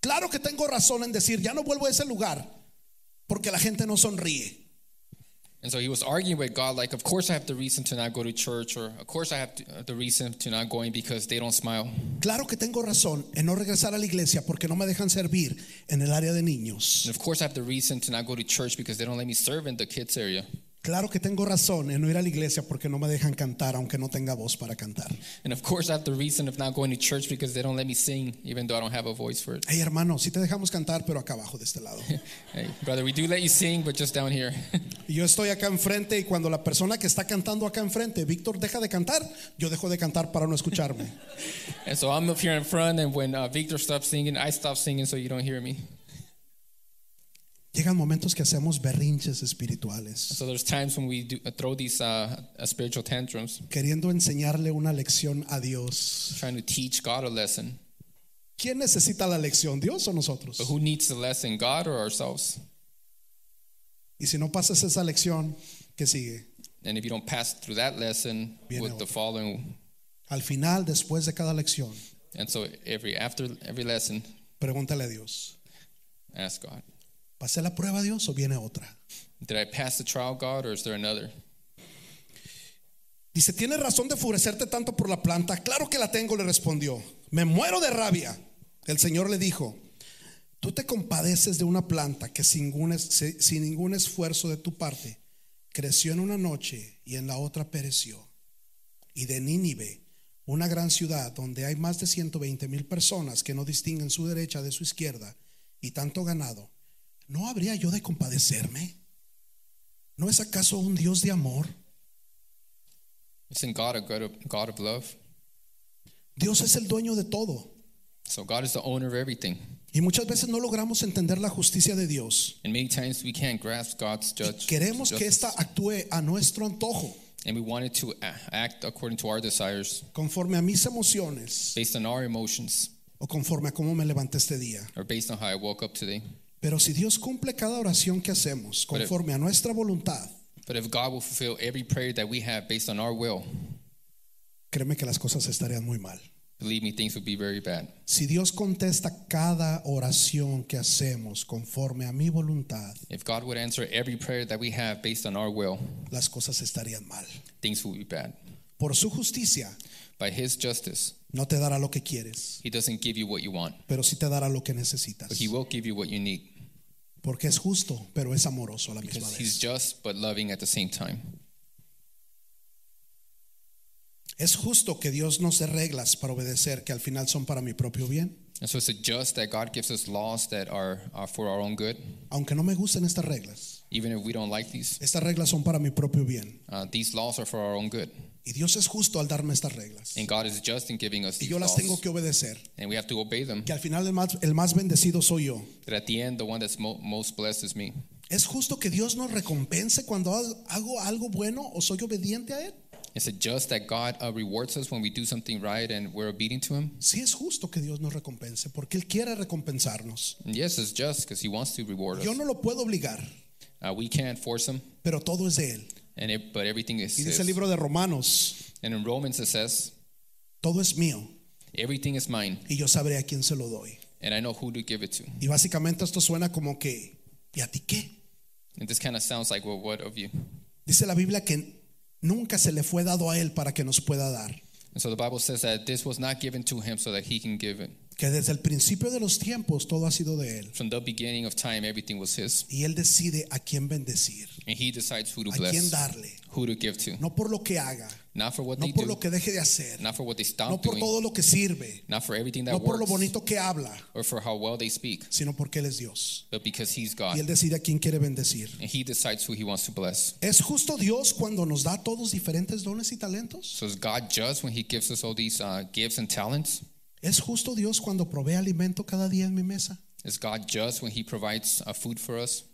A: Claro que tengo razón en decir, ya no vuelvo a ese lugar porque la gente no sonríe.
B: And so he was arguing with God, like, of course I have the reason to not go to church, or of course I have to, uh, the reason to not going because they don't smile.
A: Claro que tengo razón en no regresar a la iglesia porque no me dejan servir en el área de niños.
B: And of course I have the reason to not go to church because they don't let me serve in the kids area.
A: Claro que tengo razón en no ir a la iglesia porque no me dejan cantar aunque no tenga voz para cantar.
B: And of course I have the reason of not going to church because they don't let me sing, even though I don't have a voice for it.
A: Hey hermano, sí te dejamos cantar pero acá abajo de este lado.
B: Hey, brother, we do let you sing, but just down here.
A: Y yo estoy acá enfrente y cuando la persona que está cantando acá enfrente, Víctor deja de cantar, yo dejo de cantar para no escucharme.
B: and so I'm up here in front, and when uh, Victor stops singing, I stop singing so you don't hear me.
A: Llegan momentos que hacemos berrinches espirituales,
B: So there's times when we do, uh, throw these uh, uh, spiritual tantrums,
A: queriendo enseñarle una lección a Dios.
B: trying to teach God a lesson.
A: ¿Quién necesita la lección, Dios o nosotros?
B: But who needs the lesson, God or ourselves?
A: Y si no pasas esa lección, ¿qué sigue?
B: And if you don't pass through that lesson
A: Viene
B: with the
A: otro.
B: following,
A: Al final, después de cada lección,
B: and so every after every lesson,
A: pregúntale a Dios,
B: ask God,
A: ¿pasé la prueba, Dios, o viene otra?
B: did I pass the trial, God, or is there another?
A: Dice, ¿tienes razón de enfurecerte tanto por la planta? Claro que la tengo, le respondió. Me muero de rabia. El Señor le dijo, tú te compadeces de una planta que sin ningún, es- se- sin ningún esfuerzo de tu parte creció en una noche y en la otra pereció. Y de Nínive, una gran ciudad donde hay más de 120 mil personas que no distinguen su derecha de su izquierda y tanto ganado, ¿no habría yo de compadecerme? ¿No es acaso un Dios de amor?
B: Isn't God a God of, God of love?
A: Dios es el dueño de todo.
B: So God is the owner of everything,
A: Y muchas veces no logramos entender la justicia de Dios.
B: and many times we can't grasp God's judge.
A: Queremos que
B: justice.
A: ésta actúe a nuestro antojo,
B: and we want it to a- act according to our desires,
A: conforme a mis emociones
B: based on our emotions,
A: o conforme a cómo me levanté este día.
B: or based on how I woke up today.
A: Pero si Dios cumple cada oración que hacemos conforme a nuestra voluntad,
B: But if God will fulfill every prayer that we have based on our will,
A: créeme que las cosas estarían muy mal.
B: believe me, things would be very bad.
A: Si Dios contesta cada oración que hacemos conforme a mi voluntad,
B: If God would answer every prayer that we have based on our will,
A: las cosas estarían mal.
B: things would be bad.
A: Por su justicia
B: By His justice,
A: no te dará lo que quieres,
B: He doesn't give you what you want,
A: pero sí te dará lo que necesitas.
B: but He will give you what you need
A: Porque es justo, pero es amoroso a la misma
B: because He's
A: vez.
B: just but loving at the same time.
A: Es justo que Dios nos dé reglas para obedecer que al final son para mi propio bien.
B: And so it's just that God gives us laws that are, are for our own good,
A: Aunque no me gusten estas reglas,
B: even if we don't like these.
A: estas reglas son para mi propio bien.
B: Uh, these laws are for our own good,
A: Y Dios es justo al darme estas reglas.
B: and God is just in giving us
A: Y
B: these
A: yo las
B: laws,
A: tengo que obedecer.
B: and we have to obey them.
A: Que al final el más, el más bendecido soy yo.
B: That at the end, the one that's mo- most blessed is me.
A: ¿Es justo que Dios nos recompense cuando ha- hago algo bueno o soy obediente a Él?
B: Is it just that God uh, rewards us when we do something right and we're obedient to Him?
A: Sí es justo que Dios nos recompense porque Él quiere recompensarnos.
B: And yes, it's just because He wants to reward us.
A: Yo no lo puedo obligar,
B: Uh, we can't force Him,
A: pero todo es de Él.
B: and it, but everything is.
A: Y dice el
B: His.
A: libro de Romanos,
B: And in Romans it says,
A: todo es mío
B: "Everything is mine,
A: y yo sabré a quién se lo doy.
B: and I know who to give it to."
A: Y básicamente esto suena como que, ¿y a ti qué?
B: And this kind of sounds like, "Well, what of you?"
A: Dice la Biblia que nunca se le fue dado a él para que nos pueda dar.
B: And so the Bible says that this was not given to Him so that He can give it.
A: Que desde el principio de los tiempos todo ha sido de él.
B: From the beginning of time, everything was His,
A: Y él decide a quién bendecir,
B: and He decides who to
A: a quién
B: bless,
A: darle.
B: who to give to,
A: No por lo que haga,
B: not for what
A: no
B: they
A: por
B: do,
A: lo que deje de hacer,
B: not for what they stop
A: no por
B: doing,
A: todo lo que sirve,
B: not for everything that
A: no por lo
B: works,
A: bonito que habla,
B: or for how well they speak,
A: sino porque él es Dios.
B: but because He's
A: Y él
B: God,
A: decide a quién quiere bendecir.
B: and He decides who He wants to bless.
A: ¿Es justo Dios cuando nos da a todos diferentes dones y talentos?
B: So is God just when He gives us all these uh, gifts and talents?
A: ¿Es justo Dios cuando provee alimento cada día en mi mesa?
B: Is God just when He provides uh, food for us?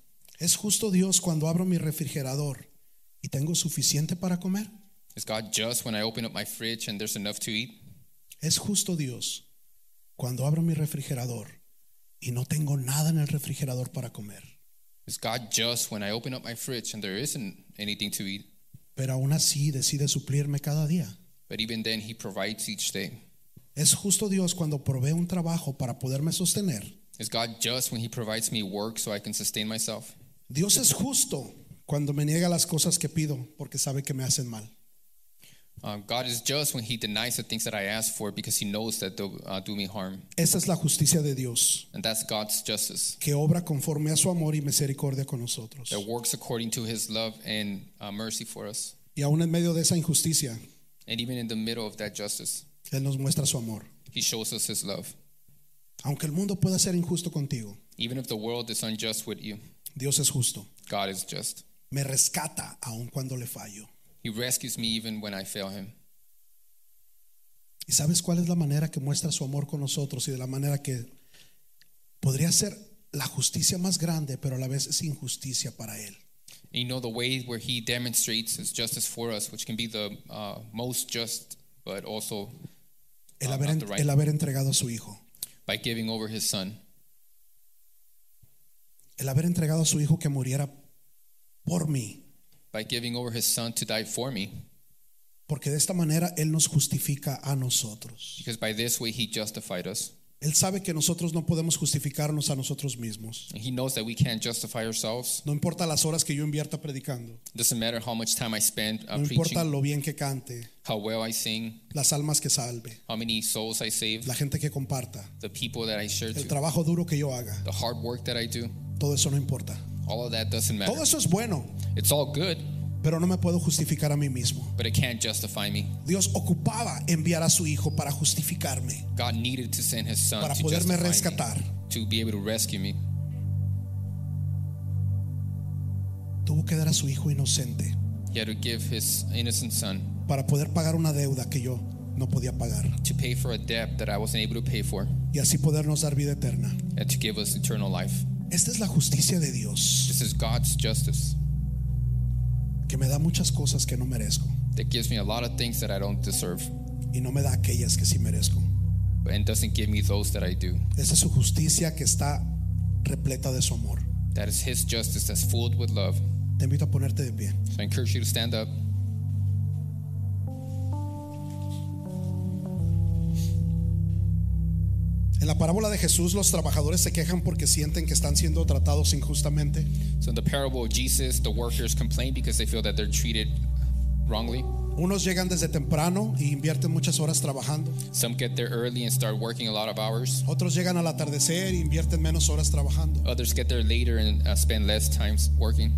A: ¿Es justo Dios cuando abro mi refrigerador y tengo suficiente para comer?
B: Is God just when I open up my fridge and there's enough to eat?
A: ¿Es justo Dios cuando abro mi refrigerador y no tengo nada en el refrigerador para comer?
B: Is God just when I open up my fridge and there isn't anything to eat?
A: Pero aún así decide suplirme cada día.
B: But even then, He provides each day.
A: ¿Es justo Dios cuando provee un trabajo para poderme sostener?
B: Is God just when He provides me work so I can sustain myself?
A: Dios es justo cuando me niega las cosas que pido porque sabe que me hacen mal.
B: Um, God is just when He denies the things that I ask for because He knows that they'll uh, do me harm.
A: Esa es la justicia de Dios,
B: And that's God's justice
A: que obra conforme a su amor y misericordia con nosotros.
B: that works according to His love and uh, mercy for us.
A: Y aún en medio de esa injusticia,
B: And even in the middle of that justice,
A: Él nos muestra su amor.
B: He shows us His love.
A: Aunque el mundo pueda ser injusto contigo,
B: Even if the world is unjust with you,
A: Dios es justo.
B: God is just.
A: Me rescata aun cuando le fallo.
B: He rescues me even when I fail Him.
A: ¿Y sabes cuál es la manera que muestra su amor con nosotros y de la manera que podría ser la justicia más grande, pero a la vez es injusticia para Él?
B: And you know the way where He demonstrates His justice for us, which can be the uh, most just, but also
A: El
B: Ah,
A: haber,
B: not the right.
A: el haber entregado a su Hijo.
B: by giving over His Son,
A: El haber entregado a su Hijo que muriera por mí.
B: by giving over His Son to die for me,
A: Porque de esta manera Él nos justifica a nosotros.
B: because by this way He justified us.
A: Él sabe que nosotros no podemos justificarnos a nosotros mismos.
B: And He knows that we can't justify ourselves.
A: No importa las horas que yo invierta predicando.
B: Doesn't matter how much time I spend uh,
A: No importa
B: preaching,
A: lo bien que cante,
B: how well I sing,
A: las almas que salve,
B: how many souls I save,
A: la gente que comparta,
B: the people that I share
A: el
B: to,
A: trabajo duro que yo haga.
B: the hard work that I do.
A: Todo eso no importa.
B: All of that doesn't matter.
A: Todo eso es bueno,
B: It's all good,
A: pero no me puedo justificar a mí mismo.
B: but it can't justify me.
A: Dios ocupaba enviar a su hijo para justificarme,
B: God needed to send His Son
A: para
B: to
A: poderme
B: justify me,
A: rescatar.
B: to be able to rescue me.
A: Tuvo que dar a su hijo inocente
B: He had to give His innocent Son
A: para poder pagar una deuda que yo no podía pagar
B: to pay for a debt that I wasn't able to pay for,
A: y así podernos dar vida eterna.
B: and to give us eternal life.
A: Esta es la justicia de Dios,
B: This is God's justice
A: que me da muchas cosas que no merezco
B: that gives me a lot of things that I don't deserve,
A: y no me da aquellas que sí merezco.
B: and doesn't give me those that I do.
A: Esa es su justicia que está repleta de su amor.
B: That is His justice that's filled with love.
A: Te invito a ponerte de pie.
B: So I encourage you to stand up.
A: En la parábola de Jesús los trabajadores se quejan porque sienten que están siendo tratados injustamente.
B: So in the parable of Jesus, the workers complain because they feel that they're treated wrongly.
A: Unos llegan desde temprano y invierten muchas horas trabajando.
B: Some get there early and start working a lot of hours.
A: Otros llegan al atardecer e invierten menos horas trabajando.
B: Others get there later and uh, spend less time working.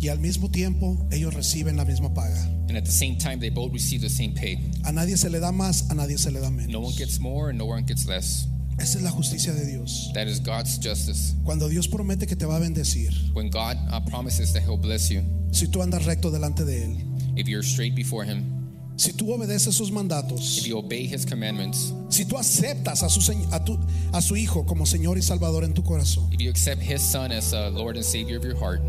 A: Y al mismo tiempo ellos reciben la misma paga.
B: And at the same time, they both receive the same pay.
A: A nadie se le da más, a nadie se le da
B: No one
A: menos.
B: gets more and no one gets less.
A: Esa es la justicia de Dios.
B: That is God's justice.
A: Cuando Dios promete que te va a bendecir,
B: When God uh, promises that He'll bless you,
A: si tú andas recto delante de Él,
B: if you're straight before Him,
A: si tú obedeces sus
B: if
A: mandatos,
B: you obey His commandments,
A: si tú aceptas a su, señ- a tu- a su Hijo como Señor y Salvador en tu corazón,
B: if you accept His Son as uh, Lord and Savior of your heart,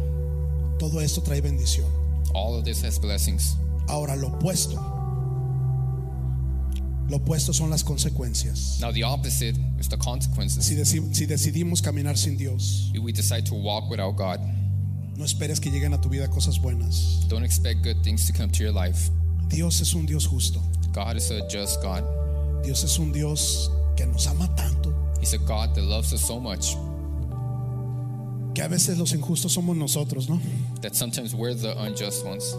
A: todo esto trae bendición.
B: all of this has blessings.
A: Ahora lo opuesto. Lo opuesto son las consecuencias.
B: Now, the opposite is the consequences.
A: Si, deci- si decidimos caminar sin Dios,
B: If we decide to walk without God,
A: no esperes que lleguen a tu vida cosas buenas.
B: don't expect good things to come to your life.
A: Dios es un Dios justo.
B: God is a just God.
A: Dios es un Dios que nos ama tanto
B: He's a God that loves us so much
A: que a veces los injustos somos nosotros, ¿no?
B: that sometimes we're the unjust ones,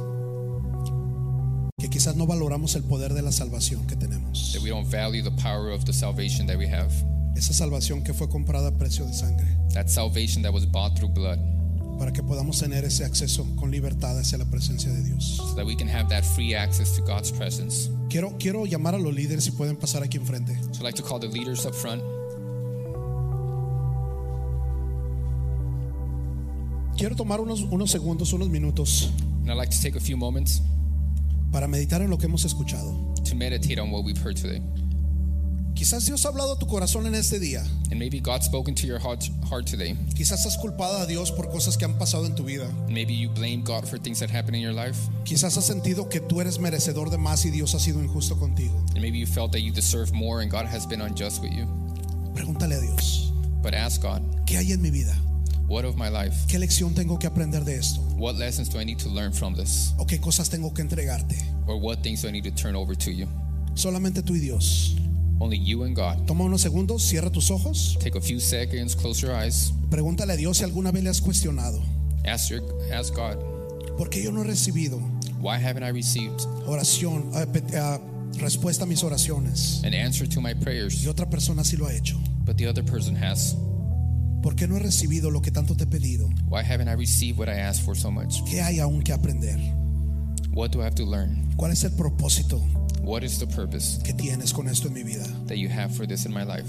A: Que quizás no valoramos el poder de la salvación que tenemos.
B: that we don't value the power of the salvation that we have.
A: Esa salvación que fue comprada a precio de sangre
B: That salvation that was bought through blood,
A: para que podamos tener ese acceso con libertad hacia la presencia de Dios.
B: so that we can have that free access to God's presence.
A: Quiero, quiero llamar a los líderes si pueden pasar aquí enfrente.
B: So I'd like to call the leaders up front.
A: Quiero tomar unos, unos segundos, unos minutos
B: And I'd like to take a few moments
A: para meditar en lo que hemos escuchado.
B: to meditate on what we've heard today.
A: Quizás Dios ha hablado a tu corazón en este día.
B: And maybe God's spoken to your heart, heart today.
A: Quizás has culpado a Dios por cosas que han pasado en tu vida.
B: And maybe you blame God for things that happen in your life.
A: Quizás has sentido que tú eres merecedor de más y Dios ha sido injusto contigo.
B: And maybe you felt that you deserve more and God has been unjust with you.
A: Pregúntale a Dios,
B: But ask God,
A: ¿qué hay en mi vida?
B: what of my life?
A: ¿Qué lección tengo que aprender de esto?
B: What lessons do I need to learn from this?
A: ¿O qué cosas tengo que entregarte?
B: Or what things do I need to turn over to you?
A: Solamente tú y Dios.
B: Only you and God.
A: Toma unos segundos, cierra tus ojos.
B: Take a few seconds, close your eyes,
A: Pregúntale a Dios si alguna vez le has cuestionado.
B: ask, your, ask God,
A: Porque yo no he recibido
B: Why haven't I received
A: oración, eh, pe- ah, respuesta a mis oraciones.
B: an answer to my prayers,
A: Y otra persona sí lo ha hecho.
B: but the other person has?
A: ¿Por qué no he recibido lo que tanto te he pedido?
B: Why haven't I received what I asked for so much?
A: ¿Qué hay aún que aprender?
B: What do I have to learn?
A: ¿Cuál es el propósito
B: What is the purpose
A: que tienes con esto en mi vida?
B: that you have for this in my life?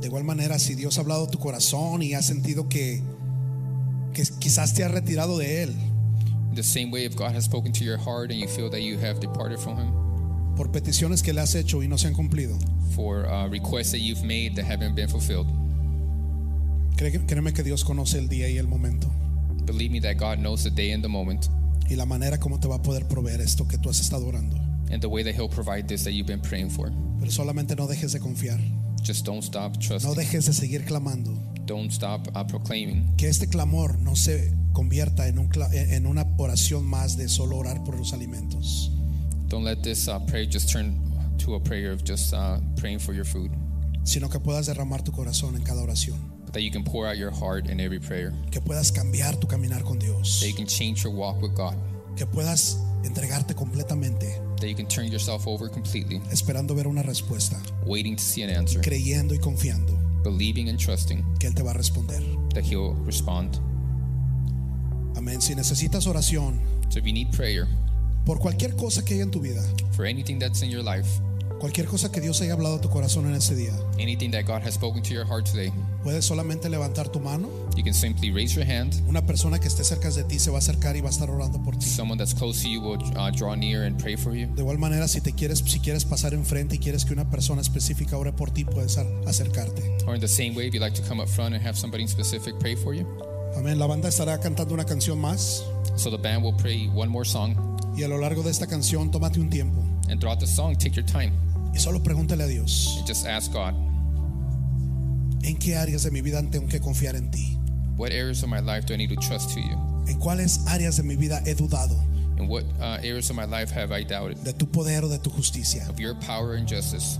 A: De igual manera, si Dios ha hablado a tu corazón y has sentido que, que quizás te has retirado de Él
B: The same way, if God has spoken to your heart and you feel that you have departed from Him
A: por peticiones que le has hecho y no se han cumplido,
B: for uh, requests that you've made that haven't been fulfilled,
A: cree- créeme que Dios conoce el día y el momento
B: believe me that God knows the day and the moment
A: y la manera como te va a poder proveer esto que tú has estado orando.
B: and the way that He'll provide this that you've been praying for.
A: Pero solamente no dejes de confiar,
B: Just don't stop
A: no
B: trusting.
A: dejes de seguir clamando.
B: Don't stop uh, proclaiming.
A: Que este clamor no se convierta en, un cla- en una oración más de solo orar por los alimentos.
B: Don't let this uh, prayer just turn to a prayer of just uh, praying for your food,
A: sino que puedas derramar tu corazón en cada oración,
B: but that you can pour out your heart in every prayer,
A: que puedas cambiar tu caminar con Dios,
B: that you can change your walk with God,
A: que puedas entregarte completamente,
B: that you can turn yourself over completely,
A: esperando ver una respuesta,
B: waiting to see an answer,
A: creyendo y confiando
B: believing and trusting
A: que Él te va a responder.
B: that He'll respond.
A: Amén. Si necesitas oración
B: So if you need prayer
A: por cualquier cosa que haya en tu vida,
B: for anything that's in your life,
A: cualquier cosa que Dios haya hablado a tu corazón en ese día,
B: anything that God has spoken to your heart today,
A: puedes solamente levantar tu mano.
B: you can simply raise your hand.
A: Una persona que esté cerca de ti se va a acercar y va a estar orando por ti.
B: Someone that's close to you will uh, draw near and pray for you.
A: De igual manera, si te quieres, si quieres pasar enfrente y quieres que una persona específica ore por ti, puedes a- acercarte.
B: Or in the same way, if you'd like to come up front and have somebody in specific pray for you.
A: Amén. La banda estará cantando una canción más
B: So the band will play one more song.
A: y a lo largo de esta canción tómate un tiempo
B: And throughout the song, take your time
A: y solo pregúntale a Dios,
B: and just ask God,
A: ¿en qué áreas de mi vida tengo que confiar en ti?
B: what areas of my life do I need to trust to you?
A: ¿En cuáles áreas de mi vida he dudado
B: And what uh, areas of my life have I doubted
A: de tu poder o de tu justicia?
B: of your power and justice?